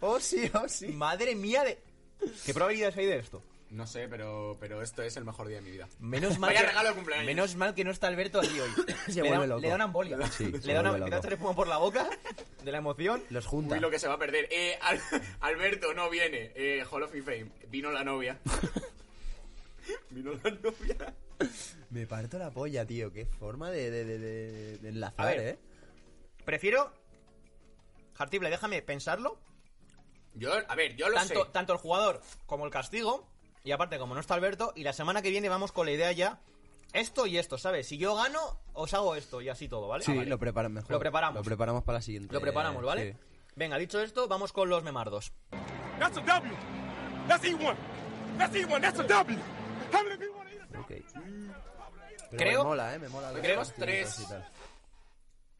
Oh, sí, oh, sí. Madre mía de... ¿Qué probabilidades hay de esto? No sé, pero, pero esto es el mejor día de mi vida. Menos mal, Vaya que, regalo de cumpleaños. menos mal que no está Alberto aquí hoy. Se le, da, vuelve loco. le da una embolia. Sí, se le da una vuelve le da loco. tres por la boca de la emoción. Los junta. Uy, lo que se va a perder. Eh, Al- Alberto no viene. Eh, Hall of Fame. Vino la novia. Vino la novia. Me parto la polla, tío. Qué forma de, de, de, de- de enlazar, A ver. ¿eh? Prefiero... Hartible, déjame pensarlo. Yo, a ver, yo lo Tanto, sé. tanto el jugador como el castigo. Y aparte, como no está Alberto, y la semana que viene vamos con la idea ya... Esto y esto, ¿sabes? Si yo gano, os hago esto y así todo, ¿vale? Sí, Ah, vale. lo preparamos mejor. Lo preparamos. Lo preparamos para la siguiente. Lo preparamos, ¿vale? Sí. Venga, dicho esto, vamos con los memardos. That's a W. That's E1. That's E1. That's a W. How many people want to eat a Ok. Pero Mm. Creo- Me mola, ¿eh? Me mola. ver Tenemos las cositas tres. y tal.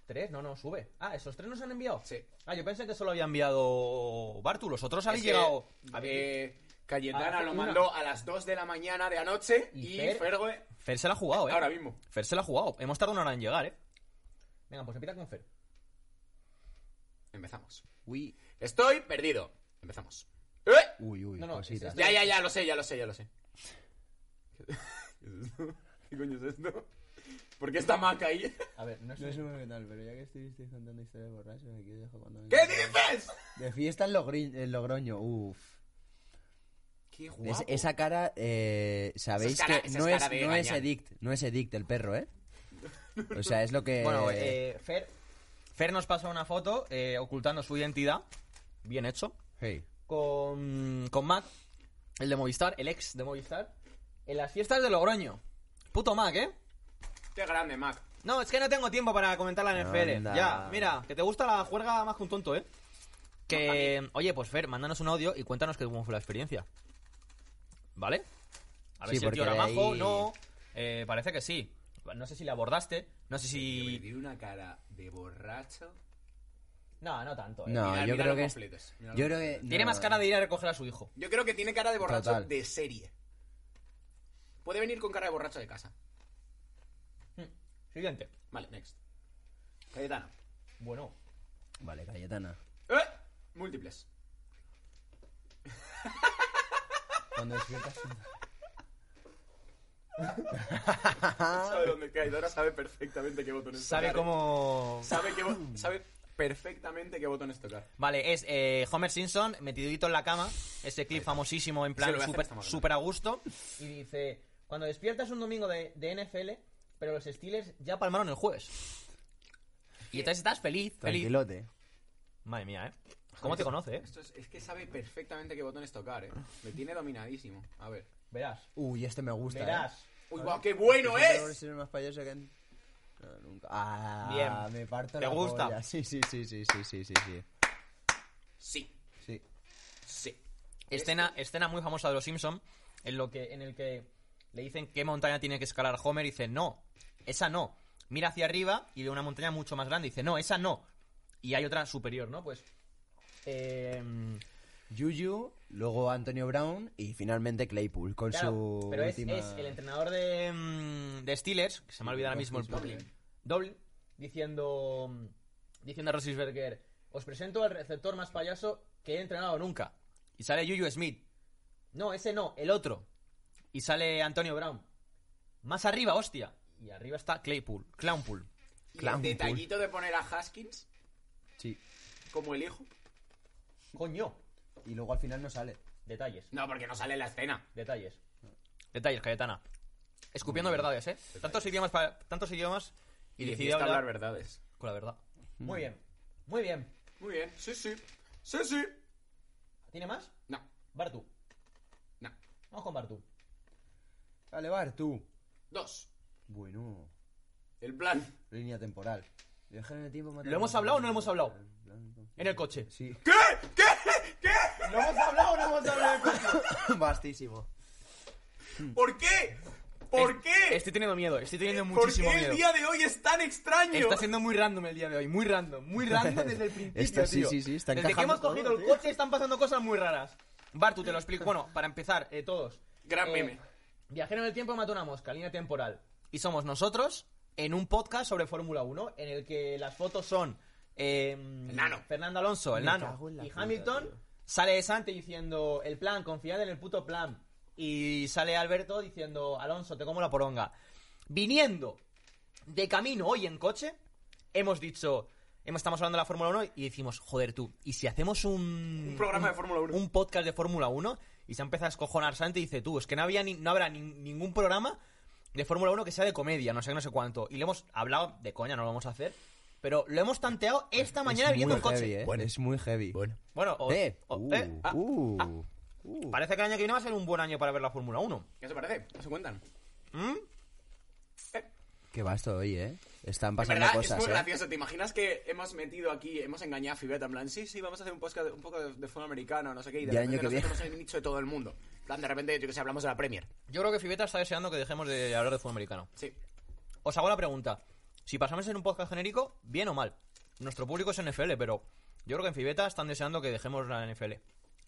¿Tres? No, no, sube. Ah, ¿esos tres nos han enviado? Sí. Ah, yo pensé que solo había enviado Bartu. Los otros habéis Es que, llegado... eh, Cayetana Ah, lo una. mandó a las 2 de la mañana de anoche Y y, Fer- Fergo Fer se la ha jugado, ¿eh? ahora mismo. Fer se la ha jugado. Hemos tardado una hora en llegar, ¿eh? Venga, pues empieza con Fer. Empezamos. Uy, Estoy perdido. Empezamos. ¡Eh! uy, uy. No, no, cositas. es- Ya, ya, ya, lo sé, ya lo sé, ya lo sé. ¿Qué coño es esto? ¿Por qué está Mac ahí? A ver, no sé. No sé muy qué tal, pero ya que estuvisteis contando historias borrachas, aquí os dejo cuando... ¿Qué dices? De fiesta en, Logri- en Logroño. Uf. Qué Es- guapo. esa cara, eh, sabéis Esa es cara- que esa no, es es, cara de no es gañán. Edict, no es Edict el perro, ¿eh? O sea, es lo que... Bueno, eh, Fer... Fer nos pasa una foto eh, ocultando su identidad. Bien hecho. eh, Hey. Con, con Mac, el de Movistar, el ex de Movistar. En las fiestas de Logroño. Puto Mac, ¿eh? Qué grande, Mac. No, es que no tengo tiempo para comentar la NFL. Anda. Ya, mira, que te gusta la juerga más que un tonto, ¿eh? Que, oye, pues Fer, mándanos un audio y cuéntanos que cómo fue la experiencia. ¿Vale? A ver Sí, si el porque tío era de ahí- majo, no. Eh, parece que sí. No sé si le abordaste, no sé Y si... tiene una cara de borracho. No, no tanto. ¿eh? No, Mira- yo mira creo los que... es- completos, mira los Yo creo que... no. Tiene más cara de ir a recoger a su hijo. Yo creo que tiene cara de borracho Total. de serie. Puede venir con cara de borracho de casa. Siguiente. Vale, next. Cayetana. Bueno. Vale, Cayetana. ¡Eh! Múltiples. Cuando despiertas... Sabe dónde Cayetana sabe perfectamente qué botones Ah. Sabe tocar. cómo... Mm. Sabe, qué bo- sabe perfectamente qué botones tocar. Vale, es eh, Homer Simpson metidito en la cama, ese clip famosísimo en Sí, plan lo voy a hacer súper esta mañana. super a gusto. Y dice, cuando despiertas un domingo de, de NFL, pero los Steelers ya palmaron el jueves. Y entonces estás feliz, feliz. Tranquilote. Madre mía, ¿eh? ¿Cómo te conoce, eh? Esto es, es que sabe perfectamente qué botones tocar, eh. Me tiene dominadísimo. A ver. Verás, Uy, este me gusta, ¿eh? Este verás. ¡Uy, guau, qué bueno Pues es! Ser más payaso que... en- No, nunca. Ah, Bien. me parto ¿Te la gusta? polla. Sí, sí, sí, sí, sí, sí, sí, sí. Sí, Sí. sí. Escena, escena muy famosa de los Simpson en lo que en el que le dicen qué montaña tiene que escalar Homer y dice, "No, esa no." Mira hacia arriba y ve una montaña mucho más grande y dice, "No, esa no." Y hay otra superior, ¿no? Pues eh, Juju, luego Antonio Brown y finalmente Claypool con Claro, su pero es, última... es el entrenador de, mm, de Steelers, que se me ha olvidado ahora mismo el Doblin. Doblin, diciendo, mm, diciendo a Roethlisberger, os presento al receptor más payaso que he entrenado nunca. Y sale Juju Smith. No, ese no, el otro. Y sale Antonio Brown. Más arriba, hostia. Y arriba está Claypool, Clownpool. Y el Clown detallito de poner a Haskins Sí. como el hijo. Coño. Y luego al final no sale. Detalles, No, porque no sale en la escena. detalles. Detalles, Cayetana. Escupiendo verdades, ¿eh? Tantos idiomas, pa- tantos idiomas y, Y decidí decidiste hablar, hablar verdades. con la verdad. Muy bien, muy bien. Muy bien, sí, sí. Sí, sí. ¿Tiene más? No, Bartu. no. Vamos con Bartu. Vale, Bar, tú. Dos. Bueno, El plan. línea temporal. Viajar en el tiempo... matar ¿Lo hemos a- hablado o no lo hemos hablado? Blanco. En el coche. Sí. ¿Qué? ¿Qué? ¿Qué? ¿Lo hemos hablado o no hemos hablado? Vastísimo. ¿Por qué? ¿Por qué? Estoy teniendo miedo, estoy teniendo ¿Por muchísimo qué el miedo. día de hoy es tan extraño? Está siendo muy random el día de hoy, muy random, muy random desde el principio, Está- sí, tío. sí, sí, está Desde que encajando hemos cogido todo, el tío. coche están pasando cosas muy raras. Bartu, te lo explico. Bueno, para empezar, eh, todos. Gran Eh, meme. Viajero en el tiempo mató una mosca, línea temporal. Y somos nosotros en un podcast sobre Fórmula 1 en el que las fotos son. eh, nano. Fernando Alonso, el Me nano. cago en la Y puta, Hamilton tío. sale de Sante diciendo: el plan, confiad en el puto plan. Y sale Alberto diciendo: Alonso, te como la poronga. Viniendo de camino hoy en coche, hemos dicho. hemos- Estamos hablando de la Fórmula 1 y decimos, joder tú, ¿y si hacemos un... Un programa de Fórmula 1. Un podcast de Fórmula 1 y se empieza a escojonar Santi y dice, tú, es que no, había ni- no habrá ni- ningún programa de Fórmula 1 que sea de comedia, no sé, qué, no sé cuánto. Y le hemos hablado de coña, no lo vamos a hacer, pero lo hemos tanteado esta mañana es viniendo muy en coche. heavy, ¿eh? Bueno. Es muy heavy. Bueno. Bueno, o- Eh, o- uh, eh, ah, uh, ah. uh. parece que el año que viene va a ser un buen año para ver la Fórmula 1. ¿Qué se parece? ¿No se cuentan? ¿Mm? Qué vasto hoy, ¿eh? Están En pasando verdad, cosas, es muy ¿eh? gracioso. ¿Te imaginas que hemos metido aquí, hemos engañado a Fibeta? En plan, sí, sí, vamos a hacer un podcast un poco de, de fútbol americano, no sé qué. Y de Ya año repente que nos viene. metemos en el nicho de todo el mundo. En plan, de repente, yo que sé, hablamos de la Premier. Yo creo que Fibeta está deseando que dejemos de hablar de fútbol americano. Sí. Os hago la pregunta. Si pasamos en un podcast genérico, bien o mal. Nuestro público es NFL, pero yo creo que en Fibeta están deseando que dejemos la NFL.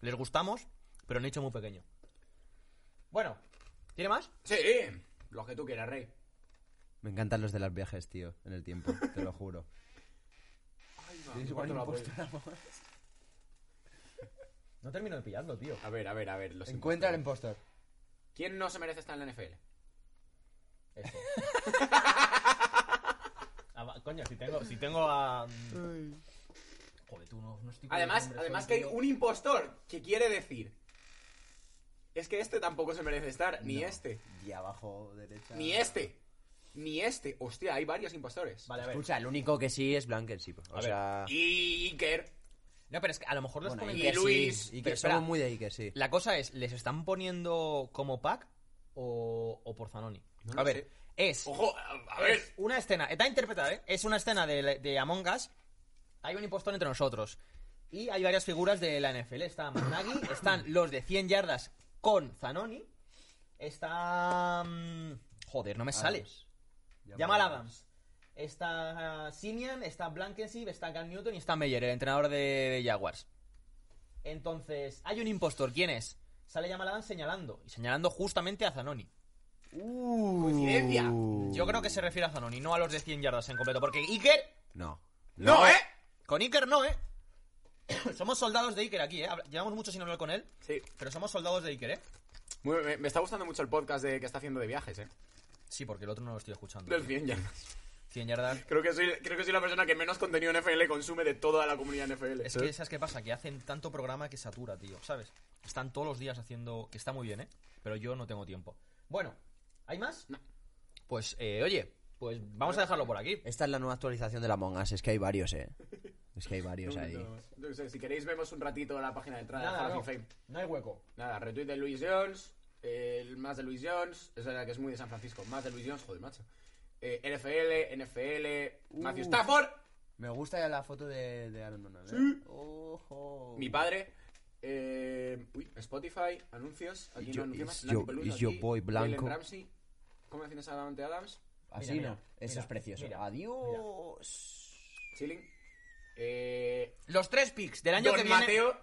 Les gustamos, pero nicho muy pequeño. Bueno, ¿tiene más? Sí, lo que tú quieras, Rey. Me encantan los de los viajes, tío, en el tiempo, te lo juro. Sí, cuánto lo apoyo. No termino de pillarlo, tío. A ver, a ver, a ver. Los Encuentra el impuestos. impostor. ¿Quién no se merece estar en la NFL? Ah, va, coño, si tengo, si tengo a... Joder, tú no, no estoy con los Además, nombres además hoy, que hay tío. un impostor que quiere decir. Es que este tampoco se merece estar, ni este, Y abajo, derecha. ni este, ni este. Hostia, hay varios impostores. Vale, a ver. Escucha, el único que sí es Blankenship. O A sea, Y Iker. No, pero es que a lo mejor los bueno, ponen... y Luis, sí, y pero que espera. somos muy de Iker, sí. La cosa es, ¿les están poniendo como pack o, o por Zanoni? No a lo ver, sé. es... Ojo, a, a ver. Es una escena, está interpretada, ¿eh? Es una escena de, la- de Among Us. Hay un impostor entre nosotros. Y hay varias figuras de la NFL. Está Managi, están los de 100 yardas con Zanoni. Está. mm, Joder, no me sale. Jamal Adams. Está ah, Simian, está Blankenship, está Cam Newton y está Meyer, el entrenador de, de Jaguars. Entonces, hay un impostor. ¿Quién es? Sale Jamal Adams señalando. Y señalando justamente a Zanoni. Uh. Coincidencia. Yo creo que se refiere a Zanoni, no a los de 100 yardas en completo. Porque Iker No. No, ¿eh? Con Iker no, ¿eh? somos soldados de Iker aquí, ¿eh? Habla- Llevamos mucho sin hablar con él, Sí. pero somos soldados de Iker, ¿eh? Muy- me, me está gustando mucho el podcast de, que está haciendo de viajes, ¿eh? Sí, porque el otro no lo estoy escuchando. Del 100 yardas. 100 yardas. Creo que, soy, creo que soy la persona que menos contenido en FL consume de toda la comunidad en FL. Es que, ¿sabes qué pasa? Que hacen tanto programa que satura, tío, ¿sabes? Están todos los días haciendo... Que está muy bien, ¿eh? Pero yo no tengo tiempo. Bueno, ¿hay más? No. Pues, eh, oye, pues vamos a dejarlo por aquí. Esta es la nueva actualización de la Among Us, es que hay varios, eh. Es que hay varios ahí. Yo qué sé, si queréis vemos un ratito la página de entrada de Nada, Harvey no, Fame. no hay hueco. Nada, retweet de Luis Jones, eh, el más de Luis Jones, esa es la que es muy de San Francisco, más de Luis Jones, joder, macho. Eh, NFL, NFL, Matthew Uh. Stafford, Me gusta ya la foto de, de Aaron Donald. ¿eh? Sí. Ojo. mi padre, eh, uy, Spotify, anuncios, aquí Yo- no anuncia is más, yo- Nati Peluso is your aquí, boy Jalen blanco. Ramsey, ¿cómo defiendes a Davante Adams? Así Mira, no. mira, Eso mira, es precioso. mira, Adiós. Chilling. Eh, Los tres picks del año Don que viene... Mateo,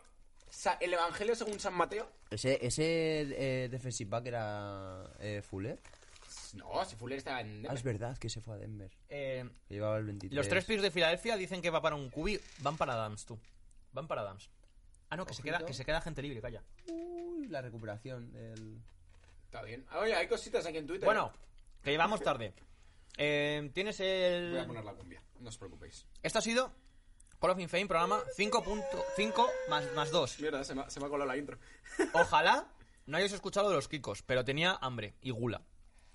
Sa- el Evangelio según San Mateo. Ese, ese eh, defensive back era eh, Fuller. No, si Fuller estaba en... Ah, es verdad que se fue a Denver. eh, Que llevaba el 23. Los tres picks de Filadelfia dicen que va para un cubi. Van para Adams, tú. Van para Adams. Ah, no, que se, Ojito. queda, que se queda gente libre, calla. Uy, la recuperación del. Está bien. Ah, Oye, hay cositas aquí en Twitter. Bueno, que llevamos tarde. Eh, Tienes Voy a el... poner la cumbia, no os preocupéis. Esto ha sido Call of Infame, programa 5.5 más, más 2. Mierda, se me, ha- se me ha colado la intro. Ojalá no hayáis escuchado de los Kikos, pero tenía hambre y gula.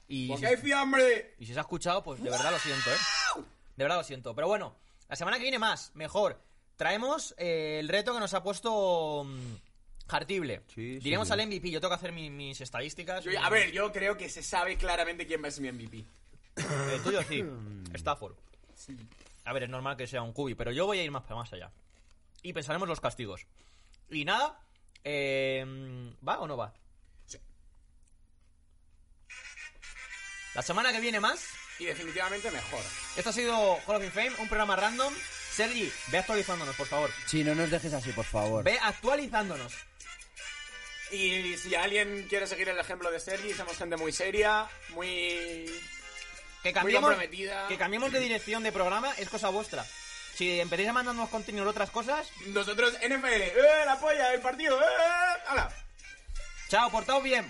Y Porque si, hay fiambre. y si se ha escuchado, pues de verdad lo siento, ¿eh? De verdad lo siento. Pero bueno, la semana que viene más, mejor. Traemos eh, el reto que nos ha puesto... mm, Jartible. Sí, Diremos señor. al MVP. Yo tengo que hacer mi- mis estadísticas. Yo- a ver, yo creo que se sabe claramente quién va a ser mi MVP. El tuyo sí, Stafford. A ver, es normal que sea un cubi, pero yo voy a ir más, más allá. Y pensaremos los castigos. Y nada, eh, ¿va o no va? Sí. La semana que viene más, Y definitivamente mejor. esto ha sido Hall of Fame, un programa random. Sergi, ve actualizándonos, por favor. Sí, no nos dejes así, por favor. Ve actualizándonos. Y si alguien quiere seguir el ejemplo de Sergi, somos gente muy seria, muy... Que cambiemos, comprometida. que cambiemos de dirección de programa es cosa vuestra. Si empezáis a mandarnos contenido de otras cosas, Nosotros, NFL, ¡eh, la polla, el partido, eh! ¡Hala! chao, portaos bien.